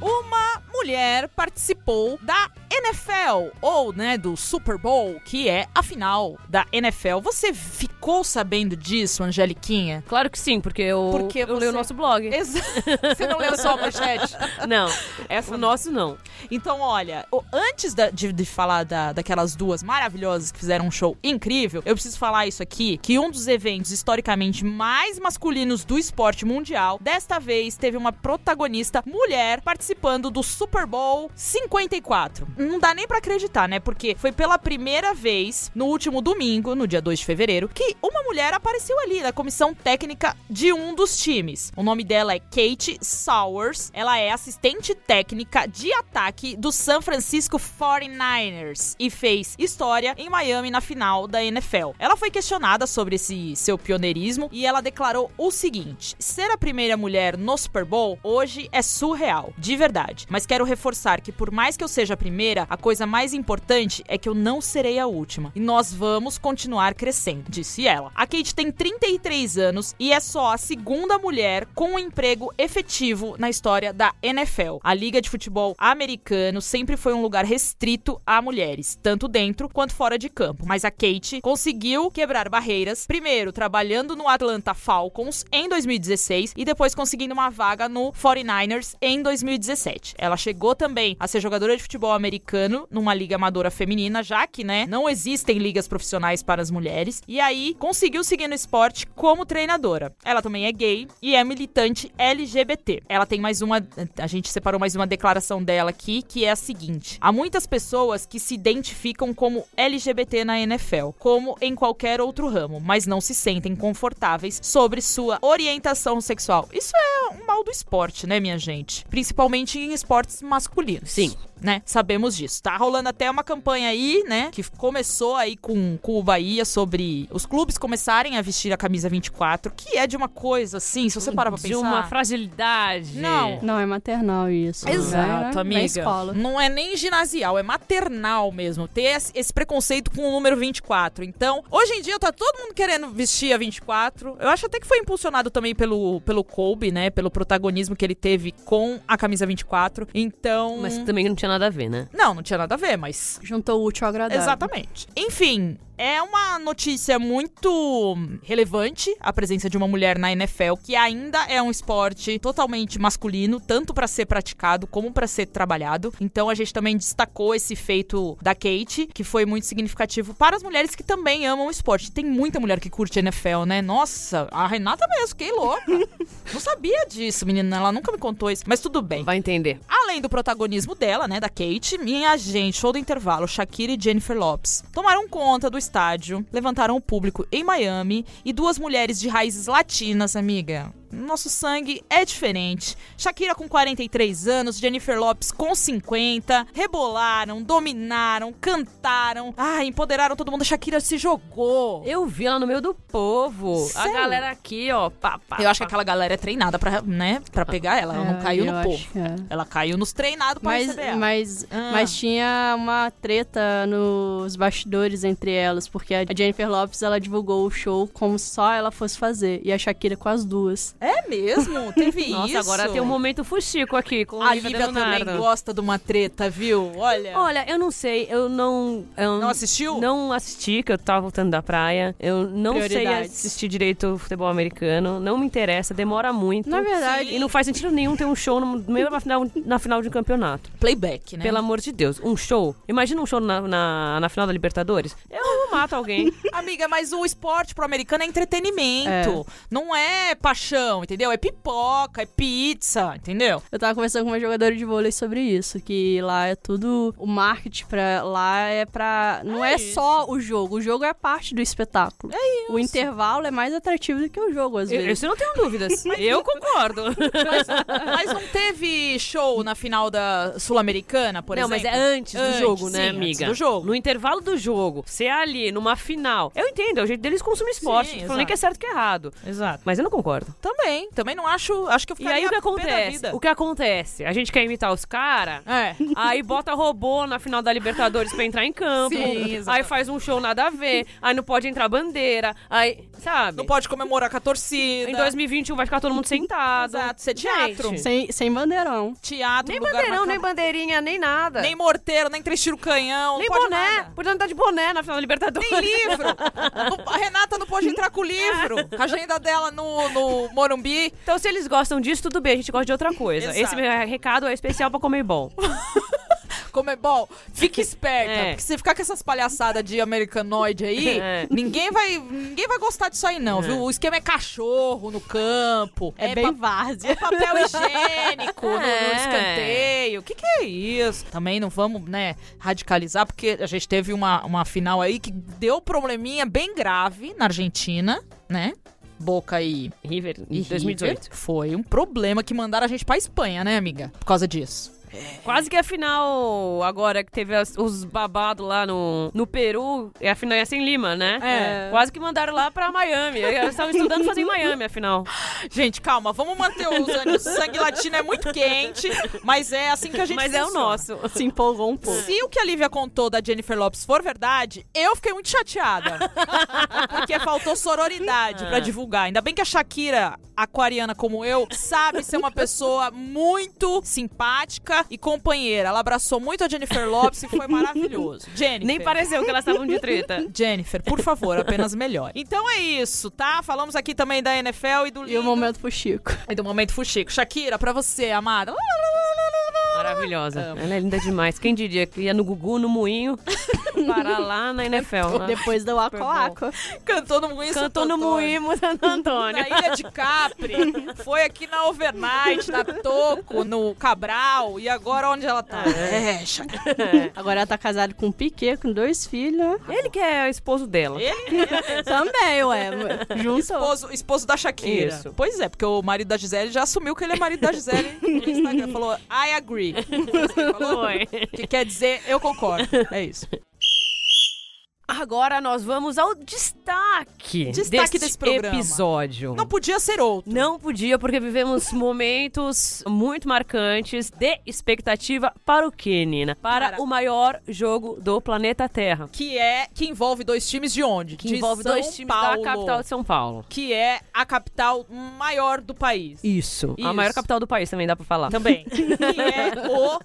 Uma mulher participou da NFL, ou né, do Super Bowl, que é a final da NFL. Você ficou sabendo disso, Angeliquinha? Claro que sim, porque eu, Porque eu você- leio o nosso blog. Exa- Você não leu só a manchete? Não, essa o nosso não. Então, olha, o- antes da- de, de falar da- daquelas duas maravilhosas que fizeram um show incrível, eu preciso falar isso aqui: que um dos eventos historicamente mais masculinos do esporte mundial, desta vez teve uma protagonista mulher participando do Super Bowl 54. Não dá nem pra acreditar, né? Porque foi pela primeira vez no último domingo, no dia 2 de fevereiro, que uma mulher apareceu ali na comissão técnica de um dos times. O nome dela é Kate Sowers. Ela é assistente técnica de ataque do San Francisco 49ers e fez história em Miami na final da NFL. Ela foi questionada sobre esse seu pioneirismo e ela declarou o seguinte: ser a primeira mulher no Super Bowl hoje é surreal, de verdade. Mas quero reforçar que, por mais que eu seja a primeira, a coisa mais importante é que eu não serei a última. E nós vamos continuar crescendo, disse ela. A Kate tem 33 anos e é só a segunda mulher com um emprego efetivo na história da NFL. A Liga de Futebol Americano sempre foi um lugar restrito a mulheres, tanto dentro quanto fora de campo. Mas a Kate conseguiu quebrar barreiras, primeiro trabalhando no Atlanta Falcons em 2016 e depois conseguindo uma vaga no 49ers em 2017. Ela chegou também a ser jogadora de futebol americano numa liga amadora feminina, já que, né, não existem ligas profissionais para as mulheres. E aí conseguiu seguir no esporte como treinadora. Ela também é gay e é militante LGBT. Ela tem mais uma, a gente separou mais uma declaração dela aqui, que é a seguinte: há muitas pessoas que se identificam como LGBT na NFL, como em qualquer outro ramo, mas não se sentem confortáveis sobre sua orientação sexual. Isso é um mal do esporte, né, minha gente? Principalmente em esportes masculinos. Sim. Né? Sabemos disso. Tá rolando até uma campanha aí, né? Que começou aí com, com o Bahia sobre os clubes começarem a vestir a camisa 24, que é de uma coisa assim, se você parar pra De pensar. uma fragilidade. Não. Não, é maternal isso. Exato, é, amiga. Na escola. Não é nem ginasial, é maternal mesmo. Ter esse- esse preconceito com o número 24. Então, hoje em dia tá todo mundo querendo vestir a 24. Eu acho até que foi impulsionado também pelo, pelo Kobe, né? Pelo protagonismo que ele teve com a camisa 24. Então. Mas também não tinha nada a ver, né? Não, não tinha nada a ver, mas Juntou o útil ao agradável. Exatamente. Enfim, é uma notícia muito relevante a presença de uma mulher na NFL, que ainda é um esporte totalmente masculino, tanto para ser praticado como para ser trabalhado. Então a gente também destacou esse feito da Kate, que foi muito significativo para as mulheres que também amam o esporte. Tem muita mulher que curte NFL, né? Nossa, a Renata mesmo, que louca. Não não sabia disso, menina. Ela nunca me contou isso. Mas tudo bem. Vai entender. Além do protagonismo dela, né, da Kate, minha gente, show do intervalo, Shakira e Jennifer Lopes tomaram conta do estádio, levantaram o público em Miami e duas mulheres de raízes latinas, amiga. Nosso sangue é diferente. Shakira com 43 anos, Jennifer Lopes com 50, rebolaram, dominaram, cantaram, ah, empoderaram todo mundo. A Shakira se jogou. Eu vi ela no meio do povo. Sério? A galera aqui, ó, pá, pá, Eu acho que pá. aquela galera é treinada pra, né, pra pegar ela. Ela não É, caiu eu no acho povo. que é. Ela caiu nos treinados pra Mas, receber ela. mas, Ah. mas tinha uma treta nos bastidores entre elas, porque a Jennifer Lopes ela divulgou o show como só ela fosse fazer, e a Shakira com as duas. É mesmo? Teve Nossa, isso? agora tem um momento fuxico aqui com A o Lívia Lívia também Leonardo. gosta de uma treta, viu? Olha. Olha, eu não sei, eu não. Eu Não assistiu? Não assisti, que eu tava voltando da praia. Eu não sei Prioridades. assistir direito futebol americano. Não me interessa, demora muito. Na verdade- E não faz sentido nenhum ter um show no meio na final, na final de um campeonato. Playback, né? Pelo amor de Deus, um show. Imagina um show na, na, na final da Libertadores. Eu mato alguém. Amiga, mas o esporte pro americano é entretenimento. Não é paixão, entendeu? É pipoca, é pizza, entendeu? Eu tava conversando com uma jogadora de vôlei sobre isso, que lá é tudo. O marketing pra lá é pra. Não é, isso. só o jogo, o jogo é parte do espetáculo. É isso. O intervalo é mais atrativo do que o jogo, às Eu- vezes. Isso eu não tenho dúvidas. Eu concordo. Mas, mas não teve show na final da Sul-Americana, por não, exemplo? mas é antes, Antes, do jogo, sim, né, amiga? antes do jogo. No intervalo do jogo. Você é ali, numa final. Eu entendo, é o jeito deles consumir esporte. Sim, Não tô falando exato. nem que é certo que é errado. Exato. Mas eu não concordo. Também, também não acho. Acho que eu E aí ficaria o que pé da acontece? vida. O que acontece? A gente quer imitar os caras. É. Aí bota robô na final da Libertadores pra entrar em campo. Sim, exato. aí faz um show nada a ver. Aí não pode entrar bandeira. Aí, sabe? Não pode comemorar com a torcida. Em 2021 vai ficar todo mundo sentado. Exato, isso é Gente, teatro. Sem, sem bandeirão. Teatro, Nem lugar bandeirão, né, nem bacana. bandeirinha, nem nada. nem morteiro, nem três tiro canhão. Nem não pode boné. nada. Podia andar de boné na final da Libertadores. Tem livro! Não- a Renata não pode entrar com o livro. A agenda dela no, no Morumbi. Então, se eles gostam disso, tudo bem, a gente gosta de outra coisa. Exato. Esse meu recado é especial pra comer bom. Como é bom, fique esperta. É. Porque se ficar com essas palhaçadas de americanoide aí, É. ninguém, vai, ninguém vai gostar disso aí, não, viu? O esquema é cachorro no campo. É, bem pa- várzea. papel higiênico no, no É. escanteio. O que, que é isso? Também não vamos, né, radicalizar, porque a gente teve uma, uma final aí que deu probleminha bem grave na Argentina, né? Boca e, River, e em 2018. River. Foi um problema que mandaram a gente pra Espanha, né, amiga? Por causa disso. Quase que a final, agora que teve as- os babados lá no, no Peru, e a final ia ser em Lima, né? É. Quase que mandaram lá pra Miami. Eles estavam estudando fazer em Miami, afinal. Gente, calma, vamos manter os ânimos. O sangue latino é muito quente, mas é assim que a gente Mas é o funciona. nosso. Se empolgou um pouco. Se o que a Lívia contou da Jennifer Lopes for verdade, eu fiquei muito chateada. porque faltou sororidade pra divulgar. Ainda bem que a Shakira, aquariana como eu, sabe ser uma pessoa muito simpática e companheira. Ela abraçou muito a Jennifer Lopes e foi maravilhoso. Jennifer. Nem pareceu que elas estavam de treta. Jennifer, por favor, apenas melhor. Então é isso, tá? Falamos aqui também da NFL e do E o lindo- momento pro Chico. e do momento fuxico. Shakira, pra você, amada. Maravilhosa. Ela é linda demais. Quem diria que ia no Gugu, no Moinho, parar lá na NFL. Né? Depois do Aco Aco. Cantou né? no Moinho Cantou no Santo Antônio. Moinho, Santo Antônio. Na Ilha de Capri, foi aqui na Overnight, na Toco, no Cabral, e agora onde ela tá? É, Shakira. Agora ela tá casada com o Piquet, com dois filhos. né? Ele que é o esposo dela. Ele é Também, ué. Juntou. esposo, esposo da Shakira. Então. Isso. Pois é, porque o marido da Gisele já assumiu que ele é marido da Gisele no Instagram. Falou, I agree. Foi assim que falou? Foi. Que quer dizer, eu concordo. É isso. Agora nós vamos ao destaque, Destaque deste desse programa. episódio. Não podia ser outro. Não podia, porque vivemos momentos muito marcantes de expectativa para o quê, Nina? Para, Para- o maior jogo do planeta Terra. Que é, que envolve dois times de onde? Que de envolve São dois times Paulo, da capital de São Paulo. Que é a capital maior do país. Isso. Isso. Então, A maior capital do país também dá pra falar. Também. Que é o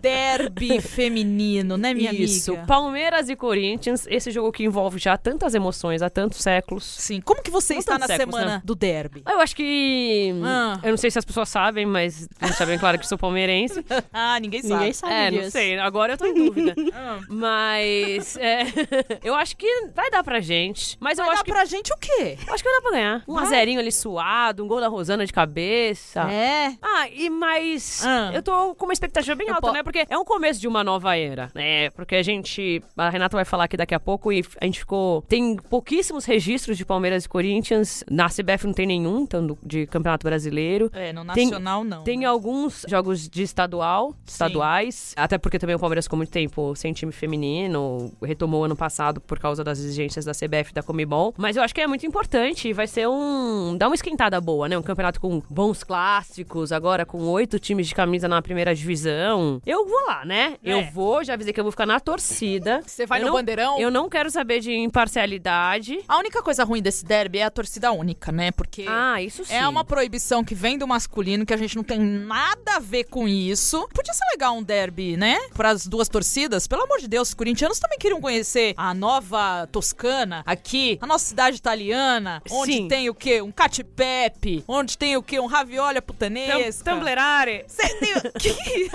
derby feminino, né, minha Isso, amiga? Palmeiras e Corinthians, esse jogo que envolve já tantas emoções há tantos séculos. Sim. Como que você Não está na tantos séculos, semana né? do derby? Eu acho que. Ah. Eu não sei se as pessoas sabem, mas deixa bem claro que eu sou palmeirense. Ah, ninguém sabe. Ninguém sabe é, disso. não sei. Agora eu tô em dúvida. Ah. Mas. é, eu acho que vai dar pra gente. Mas eu Vai acho dar que. pra gente o quê? Acho que vai dar pra ganhar. Um Vai. azerinho ali suado, um gol da Rosana de cabeça. É. Ah, e mas Ah. eu tô com uma expectativa bem Eu alta, po- né? Porque é um começo de uma nova era, né? Porque a gente, a Renata vai falar aqui daqui a pouco e a gente ficou tem pouquíssimos registros de Palmeiras e Corinthians, na CBF não tem nenhum, tanto de Campeonato Brasileiro. É, no Tem- nacional não. Tem alguns jogos de estadual, estaduais, até porque também o Palmeiras ficou muito tempo sem time feminino, retomou ano passado por causa das exigências da CBF e da Comebol, mas eu acho que é muito importante e vai ser um... dá uma esquentada boa, né? Um campeonato com bons clássicos, agora com oito times de camisa na primeira divisão. Eu vou lá, né? É. Eu vou, já avisei que eu vou ficar na torcida. Você vai Eu no não- bandeirão? Eu não quero saber de imparcialidade. A única coisa ruim desse derby é a torcida única, né? Porque Ah, isso sim. é uma proibição que vem do masculino, que a gente não tem nada a ver com isso. Podia ser legal um derby, né? Para as duas torcidas. Pelo amor de Deus, os corintianos também queriam conhecer a nova Toscana aqui, a nossa cidade italiana, onde Sim. tem o quê? Um catipepe, onde tem o quê? Um ravioli putanesca. Tam- Tumblerare. Cê tem o que?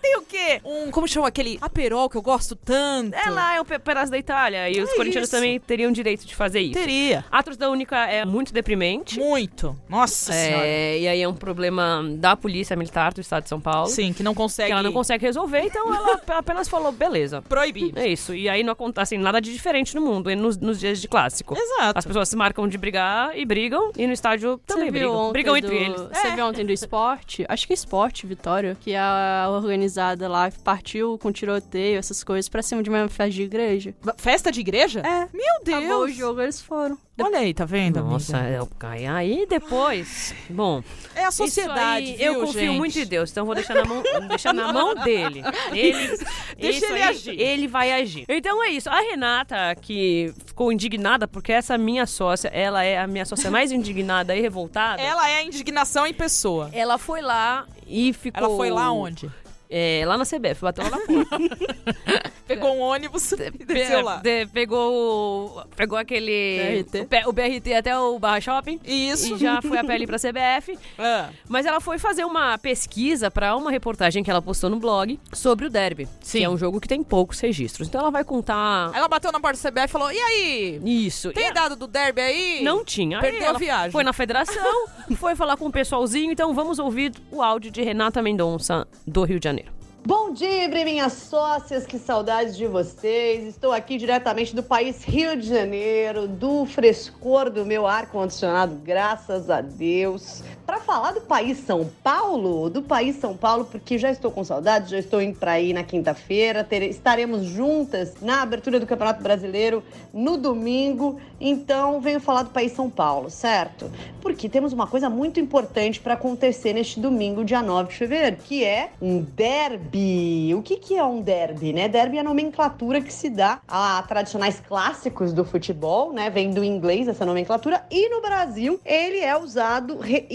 tem o quê? Um, como chama aquele aperol que eu gosto tanto? É lá, é um pe- pedaço da Itália. E os É corintianos isso. também teriam direito de fazer isso. Teria. A torcida única é muito deprimente. Muito. Nossa senhora. É, e aí é um problema da polícia militar do estado de São Paulo. Sim, que não Que consegue. ela não consegue resolver, então ela ap- apenas falou, beleza. proibir. É isso. E aí não acontece nada de diferente no mundo, e nos, nos dias de clássico. Exato. As pessoas se marcam de brigar e brigam, e no estádio Você também viu brigam. É. ontem Brigam do- entre eles. Você viu ontem do esporte? Acho que é esporte, Vitória, que a organizada lá partiu com tiroteio, essas coisas, pra cima de uma festa de igreja. Festa de igreja? É. Meu Deus. Acabou o jogo, eles foram. Olha aí, tá vendo? Nossa, amiga? eu caí aí depois. Bom, É a sociedade. isso aí, eu viu, confio gente? muito em Deus, então vou deixar na mão, deixar na mão dele. Ele, é Deixa isso ele aí, agir. Ele vai agir. Então é isso. A Renata, que ficou indignada, porque essa minha sócia, ela é a minha sócia mais indignada e revoltada. Ela é a indignação em pessoa. ela foi lá e ficou. Ela foi lá onde? É, lá na CBF, bateu lá na porta. Pegou um ônibus e desceu lá. Pe- Pegou, o- pegou aquele. BRT. O, P- o BRT até o Barra Shopping. Isso. E já foi a pele pra CBF. Ah, Mas ela foi fazer uma pesquisa pra uma reportagem que ela postou no blog sobre o derby. Sim. Que é um jogo que tem poucos registros. Então ela vai contar Ela bateu na porta do CBF e falou: E aí? isso. E Tem dado do derby aí? Não tinha. Aí Perdeu a ela viagem. Foi na federação, foi falar com o pessoalzinho. Então vamos ouvir o áudio de Renata Mendonça, do Rio de Janeiro. Bom dia, Ibre, minhas sócias, que saudades de vocês. Estou aqui diretamente do país Rio de Janeiro, do frescor do meu ar-condicionado, graças a Deus. Para falar do país São Paulo, do país São Paulo, porque já estou com saudades, já estou indo para aí na quinta-feira, tere- estaremos juntas na abertura do Campeonato Brasileiro no domingo. Então, venho falar do país São Paulo, certo? Porque temos uma coisa muito importante para acontecer neste domingo, dia 9 de fevereiro, que é um derby. O que, que é um derby, né? Derby é a nomenclatura que se dá a tradicionais clássicos do futebol, né? Vem do inglês essa nomenclatura. E no Brasil, ele é usado re-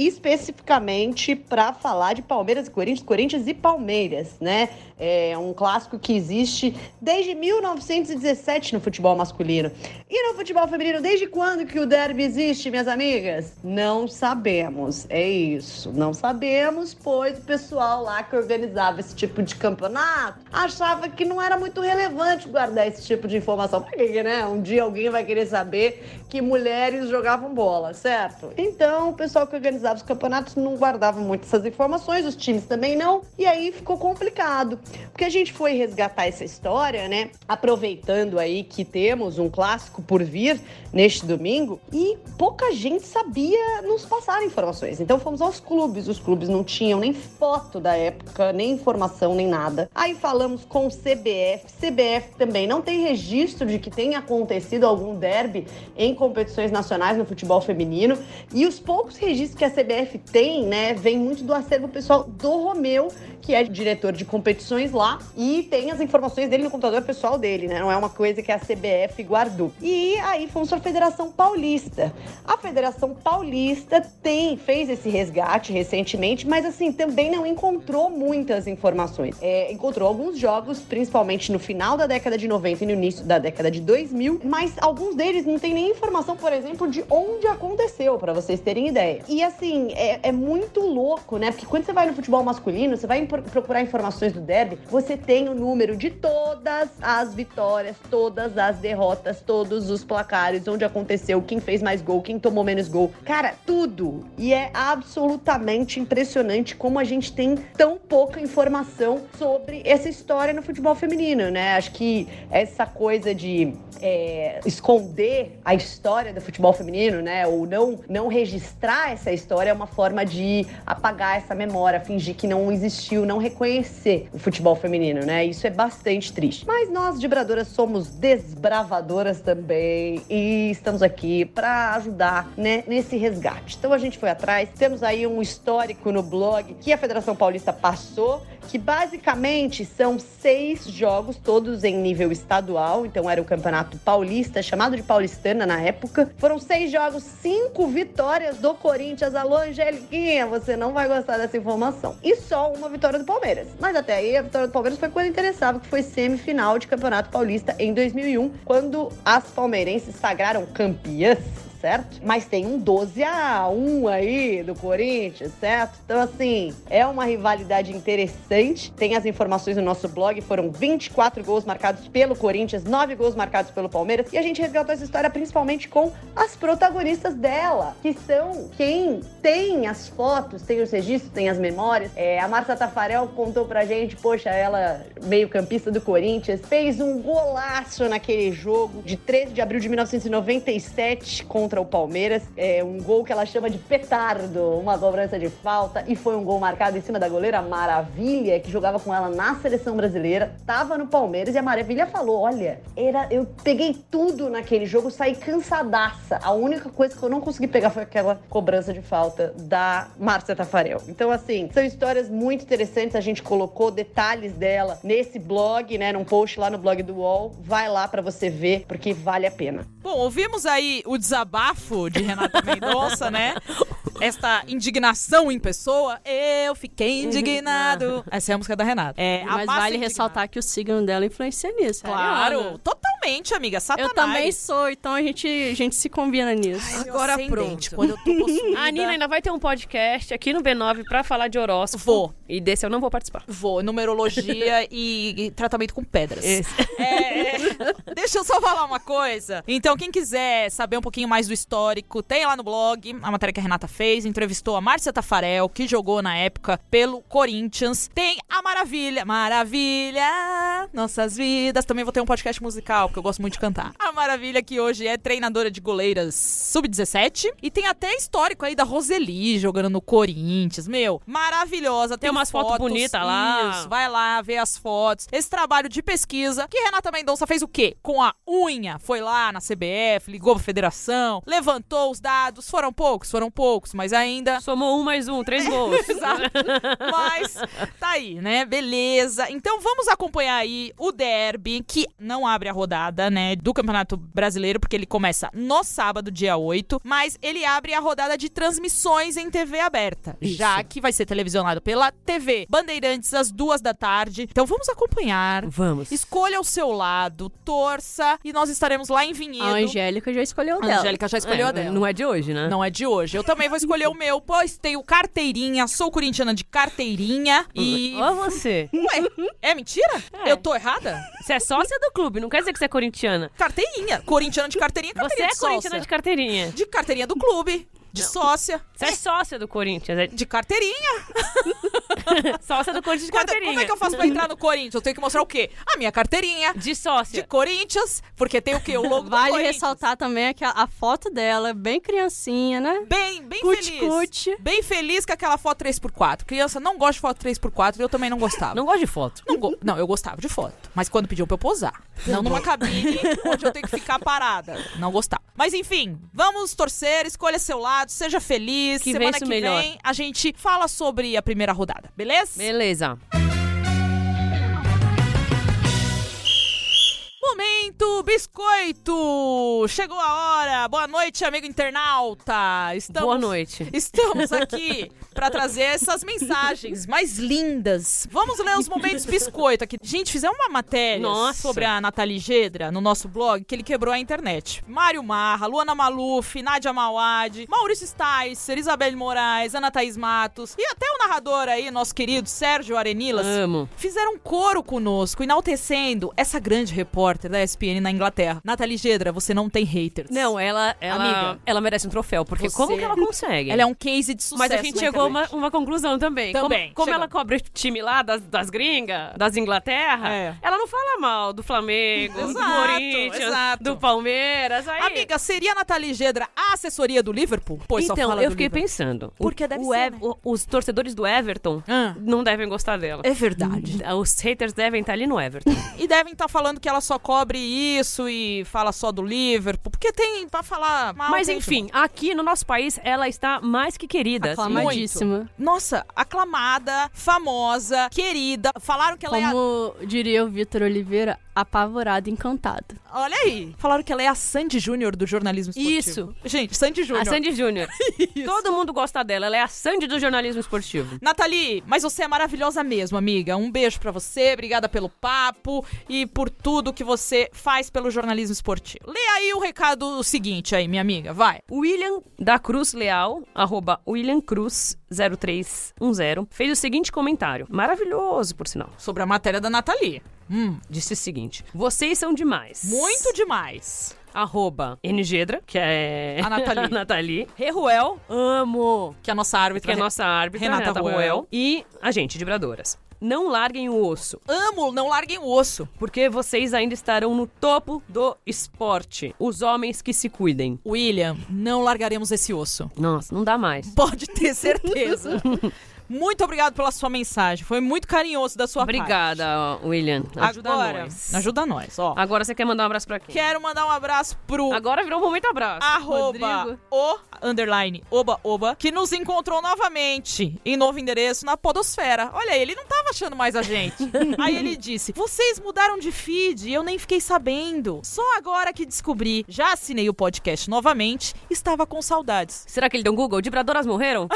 especificamente para falar de Palmeiras e Corinthians, Corinthians e Palmeiras, né? É um clássico que existe desde 1917 no futebol masculino. E no futebol feminino, desde quando que o derby existe, minhas amigas? Não sabemos. É isso. Não sabemos, pois o pessoal lá que organizava esse tipo de campeonato achava que não era muito relevante guardar esse tipo de informação. Porque, né? Um dia alguém vai querer saber que mulheres jogavam bola, certo? Então, o pessoal que organizava os campeonatos não guardava muito essas informações, os times também não. E aí ficou complicado. Porque a gente foi resgatar essa história, né? Aproveitando aí que temos um clássico por vir neste domingo e pouca gente sabia nos passar informações. Então fomos aos clubes, os clubes não tinham nem foto da época, nem informação, nem nada. Aí falamos com o CBF, CBF também não tem registro de que tenha acontecido algum derby em competições nacionais no futebol feminino. E os poucos registros que a CBF tem, né, vem muito do acervo pessoal do Romeu, que é diretor de competições lá, e tem as informações dele no computador pessoal dele, né? Não é uma coisa que a CBF guardou. E aí fomos para a Federação Paulista. A Federação Paulista tem fez esse resgate recentemente, mas assim, também não encontrou muitas informações. competições. É, encontrou alguns jogos, principalmente no final da década de 90 e no início da década de 2000, mas alguns deles não tem nem informação, por exemplo, de onde aconteceu, para vocês terem ideia. E assim, é, é muito louco, né? Porque quando você vai no futebol masculino, você vai impor- procurar informações do derby, você tem o número de todas as vitórias, todas as derrotas, todos os placares, onde aconteceu, quem fez mais gol, quem tomou menos gol. Cara, tudo! E é absolutamente impressionante como a gente tem tão pouca informação sobre essa história no futebol feminino, né? Acho que essa coisa de é, esconder a história do futebol feminino, né? Ou não, não registrar essa história é uma forma de apagar essa memória, fingir que não existiu, não reconhecer o futebol feminino, né? Isso é bastante triste. Mas nós, vibradoras, somos desbravadoras também e estamos aqui para ajudar, né, nesse resgate. Então a gente foi atrás, temos aí um histórico no blog que a Federação Paulista passou, que basicamente são seis jogos, todos em nível estadual, então era o Campeonato Paulista, chamado de Paulistana na época. Foram seis jogos, cinco vitórias do Corinthians. Alô, Angeliquinha, você não vai gostar dessa informação. E só uma vitória do Palmeiras. Mas até aí, a vitória do Palmeiras foi quando interessava, que foi semifinal de Campeonato Paulista em 2001, quando as palmeirenses sagraram campeãs certo? Mas tem um 12 a 1 aí do Corinthians, certo? Então, assim, é uma rivalidade interessante. Tem as informações no nosso blog, foram 24 gols marcados pelo Corinthians, 9 gols marcados pelo Palmeiras. E a gente resgatou essa história principalmente com as protagonistas dela, que são quem tem as fotos, tem os registros, tem as memórias. É, a Marta Tafarel contou pra gente, poxa, ela, meio-campista do Corinthians, fez um golaço naquele jogo de 13 de abril de 1997 contra o Palmeiras. É um gol que ela chama de petardo, uma cobrança de falta, e foi um gol marcado em cima da goleira Maravilha, que jogava com ela na seleção brasileira, tava no Palmeiras, e a Maravilha falou: Olha, era, eu peguei tudo naquele jogo, saí cansadaça. A única coisa que eu não consegui pegar foi aquela cobrança de falta da Márcia Tafarel. Então, assim, são histórias muito interessantes. A gente colocou detalhes dela nesse blog, né? Num post lá no blog do UOL. Vai lá pra você ver, porque vale a pena. Bom, ouvimos aí o desabafo de Renata Mendonça, né? Esta indignação em pessoa. Eu fiquei indignado. Uhum. Essa é a música da Renata. É, a Mas massa vale indignada. ressaltar que o signo dela influencia nisso. Claro, Ariana. totalmente, amiga. Satanás. Eu também sou, então a gente, a gente se combina nisso. Ai, meu Agora ascendente, pronto. Quando eu tô possuída, A é Nina ainda vai ter um podcast aqui no B9 pra falar de horóscopo. Vou. E desse eu não vou participar. Vou, numerologia e, e tratamento com pedras. É, é. deixa eu só falar uma coisa. Então, quem quiser saber um pouquinho mais do histórico, tem lá no blog a matéria que a Renata fez. Entrevistou a Márcia Tafarel, que jogou na época pelo Corinthians. Tem a Maravilha, Maravilha, Nossas Vidas. Também vou ter um podcast musical, porque eu gosto muito de cantar. A Maravilha, que hoje é treinadora de goleiras sub-17. E tem até histórico aí da Roseli jogando no Corinthians. Meu, maravilhosa. Tem, Tem umas fotos bonitas lá. Isso, vai lá ver as fotos. Esse trabalho de pesquisa que Renata Mendonça fez o quê? Com a unha. Foi lá na CBF, ligou pra federação, levantou os dados. Foram poucos, foram poucos, mas ainda Somou um mais um, três gols. Exato. Mas tá aí, né? Beleza. Então vamos acompanhar aí o derby, que não abre a rodada, né? Do Campeonato Brasileiro, porque ele começa no sábado, dia 8. Mas ele abre a rodada de transmissões em TV aberta. Já que vai ser televisionado pela TV Bandeirantes às duas da tarde. Então vamos acompanhar. Vamos. Escolha o seu lado, torça, e nós estaremos lá em Vinhedo. A Angélica já escolheu A dela. Angélica já escolheu a dela. Não um é de hoje, né? Não é de hoje. Eu também vou escolher o meu, pois tenho carteirinha, sou corintiana de carteirinha e. Ou você. Ué, é mentira? Eu tô errada? Você é sócia do clube, não quer dizer que você é corintiana. Carteirinha. Corintiana de carteirinha, Você carteirinha é de sócia. corintiana de carteirinha. De carteirinha do clube, de sócia, Você é sócia do Corinthians. É de carteirinha. sócia do Corinthians de Quando- como é carteirinha. que eu faço pra entrar no Corinthians? Eu tenho que mostrar o quê? A minha carteirinha De de sócia. Corinthians, porque tem o quê? O logo do Vale Corinthians. ressaltar também que a, a foto dela, é bem criancinha, né? Bem, bem Cuti, feliz. cuti. Bem feliz com aquela foto 3x4. Criança não gosta de foto 3x4, eu também não gostava. Não gosto de foto. Não, go- não, eu gostava de foto. Mas quando pediu pra eu posar. Tá Não numa cabine onde eu tenho que ficar parada. Não gostava. Mas enfim, vamos torcer, escolha seu lado, seja feliz. Que Semana vença o que melhor. vem a gente fala sobre a primeira rodada, beleza? Beleza. momento biscoito! Chegou a hora! Boa noite, amigo internauta! Estamos, Boa noite. Estamos aqui para trazer essas mensagens mais lindas. Vamos ler os momentos biscoito aqui. Gente, fizemos uma matéria Nossa. sobre a Nathalie Gedra no nosso blog que ele quebrou a internet. Mário Marra, Luana Maluf, Nádia Mauad, Maurício Sticer, Isabelle Moraes, Ana Thaís Matos e até o narrador aí, nosso querido Sérgio Arenilas, Amo. fizeram coro conosco, enaltecendo essa grande repórter da ESPN na Inglaterra. Nathalie Gedra, você não tem haters. Não, ela, ela, Amiga. ela merece um troféu, porque Você- como que ela consegue? Ela é um case de sucesso. Mas a gente na chegou a uma, internet. uma conclusão também. Como- Também, Como, chegou. ela cobre time lá das, das gringas, das Inglaterra, É. ela não fala mal do Flamengo, do Exato, Corinthians, exato. do Palmeiras. Aí... Amiga, seria a Nathalie Gedra a assessoria do Liverpool? Pois só então, fala eu do fiquei Liverpool. pensando. Porque o- deve o ser, Ev- né? o- Os torcedores do Everton Ah. não devem gostar dela. É verdade. Os haters devem estar ali no Everton. E devem estar falando que ela só cobre isso e fala só do Liverpool, porque tem pra falar mal. Mas tem- enfim, aqui no nosso país ela está mais que querida. assim. Aclamadíssima. Nossa, aclamada, famosa, querida. Falaram que ela é a Como diria o Vitor Oliveira, apavorado, encantado. Olha aí. Falaram que ela é a Sandy Júnior do jornalismo esportivo. Isso. Gente, Sandy A Júnior. Sandy Júnior. Todo mundo gosta dela. Ela é a Sandy do jornalismo esportivo. Nathalie, mas você é maravilhosa mesmo, amiga. Um beijo pra você, obrigada pelo papo e por tudo que você faz pelo jornalismo esportivo. Lê aí o recado seguinte aí, minha amiga, vai. William da Cruz Leal, arroba William Cruz 0310, fez o seguinte comentário. Maravilhoso, por sinal. Sobre a matéria da Nathalie. Hum, Disse o seguinte: Vocês são demais. muito demais. Arroba NGedra, que é A Nathalie. a Nathalie. Reruel, amo. Que a nossa árbitra... Que é a nossa árbitra, Renata Renata, Ruel. Ruel. E a gente, de Bradoras. Não larguem o osso. Amo, não larguem o osso. porque vocês ainda estarão no topo do esporte. Os homens que se cuidem. William, não largaremos esse osso. Nossa, não dá mais. Pode ter certeza. muito obrigado pela sua mensagem. Foi muito carinhoso da sua parte. Obrigada, William. Ajuda Agora, nós. Ajuda nós, ó. Agora você quer mandar um abraço pra quem? Quero mandar um abraço pro Agora virou um momento abraço. arroba Rodrigo. o underline oba oba, que nos encontrou novamente em novo endereço na podosfera. Olha, aí, ele não tava achando mais a gente. Aí ele disse, vocês mudaram de feed e eu nem fiquei sabendo. Só agora que descobri. Já assinei o podcast novamente, estava com saudades. Será que ele deu um Google? Dibradoras morreram?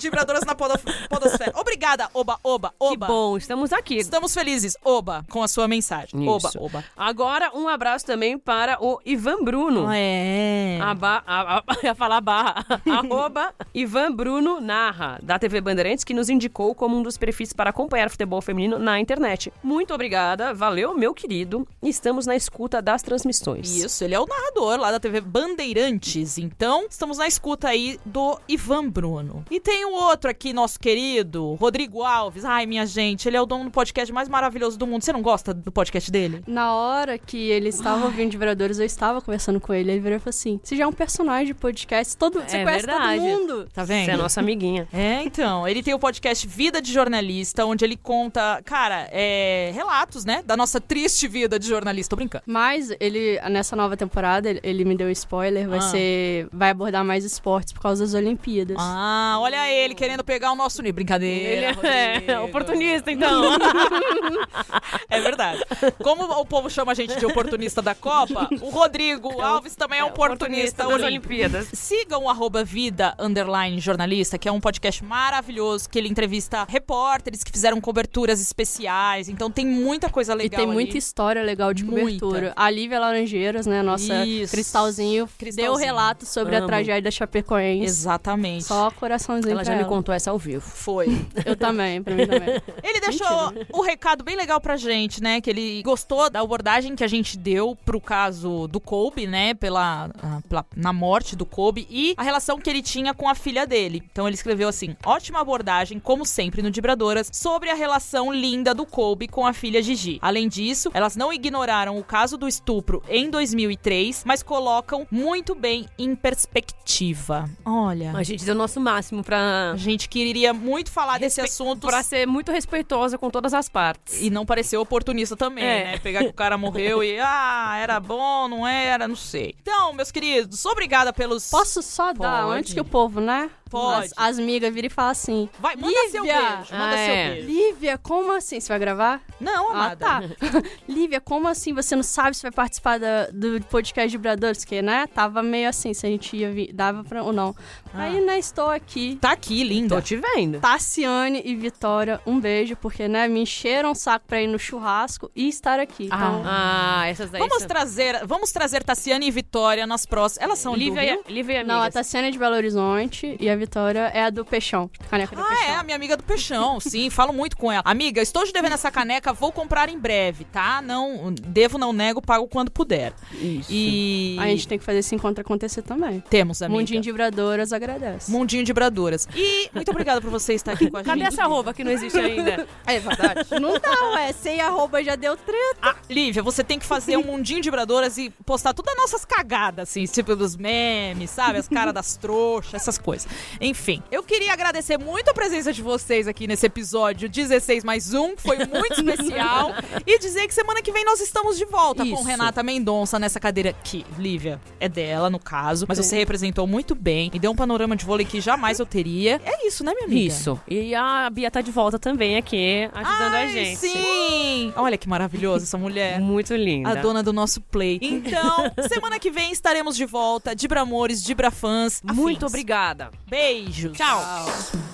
Vibradoras na podo- podosfera. Obrigada, oba oba oba. Que bom, estamos aqui. Estamos felizes, oba, com a sua mensagem. Isso. Oba oba. Agora, um abraço também para o Ivan Bruno. É. A ba- a- a- ia falar barra. Arroba Ivan Bruno Narra, da TV Bandeirantes, que nos indicou como um dos perfis para acompanhar futebol feminino na internet. Muito obrigada, valeu, meu querido. Estamos na escuta das transmissões. Isso, ele é o narrador lá da TV Bandeirantes. Então, estamos na escuta aí do Ivan Bruno. E tem o outro aqui, nosso querido, Rodrigo Alves. Ai, minha gente, ele é o dono do podcast mais maravilhoso do mundo. Você não gosta do podcast dele? Na hora que ele estava ouvindo de Vibradores, eu estava conversando com ele. Ele virou e falou assim: Você já é um personagem de podcast, todo, você É conhece verdade. todo mundo. Tá vendo? Você é a nossa amiguinha. É, então, ele tem o podcast Vida de Jornalista, onde ele conta, cara, é, relatos, né, da nossa triste vida de jornalista. Tô brincando. Mas ele, nessa nova temporada, ele, ele me deu spoiler, vai Ah. ser. Vai abordar mais esportes por causa das Olimpíadas. Ah, olha ele querendo pegar o nosso nível. Brincadeira. Ele é, Rodrigo. oportunista, então. É verdade. Como o povo chama a gente de oportunista da Copa, o Rodrigo Alves também é oportunista das olímpico. Olimpíadas. Sigam o arroba vida underline jornalista, que é um podcast maravilhoso, que ele entrevista repórteres que fizeram coberturas especiais. Então tem muita coisa E legal tem ali. muita história legal de Muita. cobertura. A Lívia Laranjeiras, né, nossa Isso. cristalzinho, Cristalzinho. deu relato sobre a Amo. tragédia da Chapecoense. Exatamente. Só coraçãozinho Ela pra já me contou essa ao vivo. Foi. Eu também, pra mim também. Ele deixou o recado bem legal pra gente, né? Que ele gostou da abordagem que a gente deu pro caso do Kobe, né? Pela, ah, pela- na morte do Kobe e a relação que ele tinha com a filha dele. Então ele escreveu assim: ótima abordagem, como sempre no Dibradoras, sobre a relação linda do Kobe com a filha Gigi. Além disso, elas não ignoraram o caso do estupro em 2003, mas colocam muito bem em perspectiva. Olha. A gente deu o nosso máximo pra, A gente queria muito falar desse assunto pra ser muito respeitosa com todas as partes. e não parecer oportunista também, É. né? Pegar que o cara morreu e, ah, era bom, não era, não sei. Então, meus queridos, obrigada pelos. Posso só dar, Pode. antes que o povo, né? Pode. As, as migas viram e falam assim: Vai, manda seu Lívia! beijo. Manda Ah, seu é. beijo. Lívia, como assim? Você vai gravar? Não, amada. Ah, tá. Lívia, como assim você não sabe se vai participar da- do podcast de Bradores? Que, né? Tava meio assim, se a gente ia vir, dava pra, ou não. Ah. Aí, né, estou aqui. Tá aqui, linda. Tô te vendo. Tassiane e Vitória, um beijo, porque, né, me encheram o saco pra ir no churrasco e estar aqui. Então, Ah, essas daí Vamos são... trazer, vamos trazer Tassiane e Vitória nas próximas. Elas são Lívia, do e- Rio? Lívia e amigas. não, a Tassiane é de Belo Horizonte e a Vitória é a do Peixão. Caneca do Ah, é, a minha amiga do Peixão, sim, falo muito com ela. Amiga, estou te devendo essa caneca, vou comprar em breve, tá? Não, devo, não nego, pago quando puder. Isso. E A gente tem que fazer esse encontro acontecer também. temos, amiga. Mundinho de Bradoras agradece. Mundinho de Bradoras. E muito obrigada por você estar aqui com a gente. Cadê essa roupa que não existe ainda? É verdade. Não dá, ué. Sem arroba já deu treta. Ah, Lívia, você tem que fazer um mundinho de bradoras e postar todas as nossas cagadas, assim, tipo dos memes, sabe? As caras das trouxas, essas coisas. Enfim, eu queria agradecer muito a presença de vocês aqui nesse episódio 16 mais um, que foi muito especial. E dizer que semana que vem nós estamos de volta com Isso. Renata Mendonça nessa cadeira que, Lívia, é dela, no caso. Mas você representou muito bem e deu um panorama de vôlei que jamais eu teria. É isso, né, minha amiga? Isso. E a Bia tá de volta também aqui, ajudando Ai, a gente. Sim! Olha que maravilhosa essa mulher. Muito linda. A dona do nosso play. Então, semana que vem estaremos de volta. Dibra Amores, Dibra Fãs. Muito afins. obrigada. Beijos. Tchau.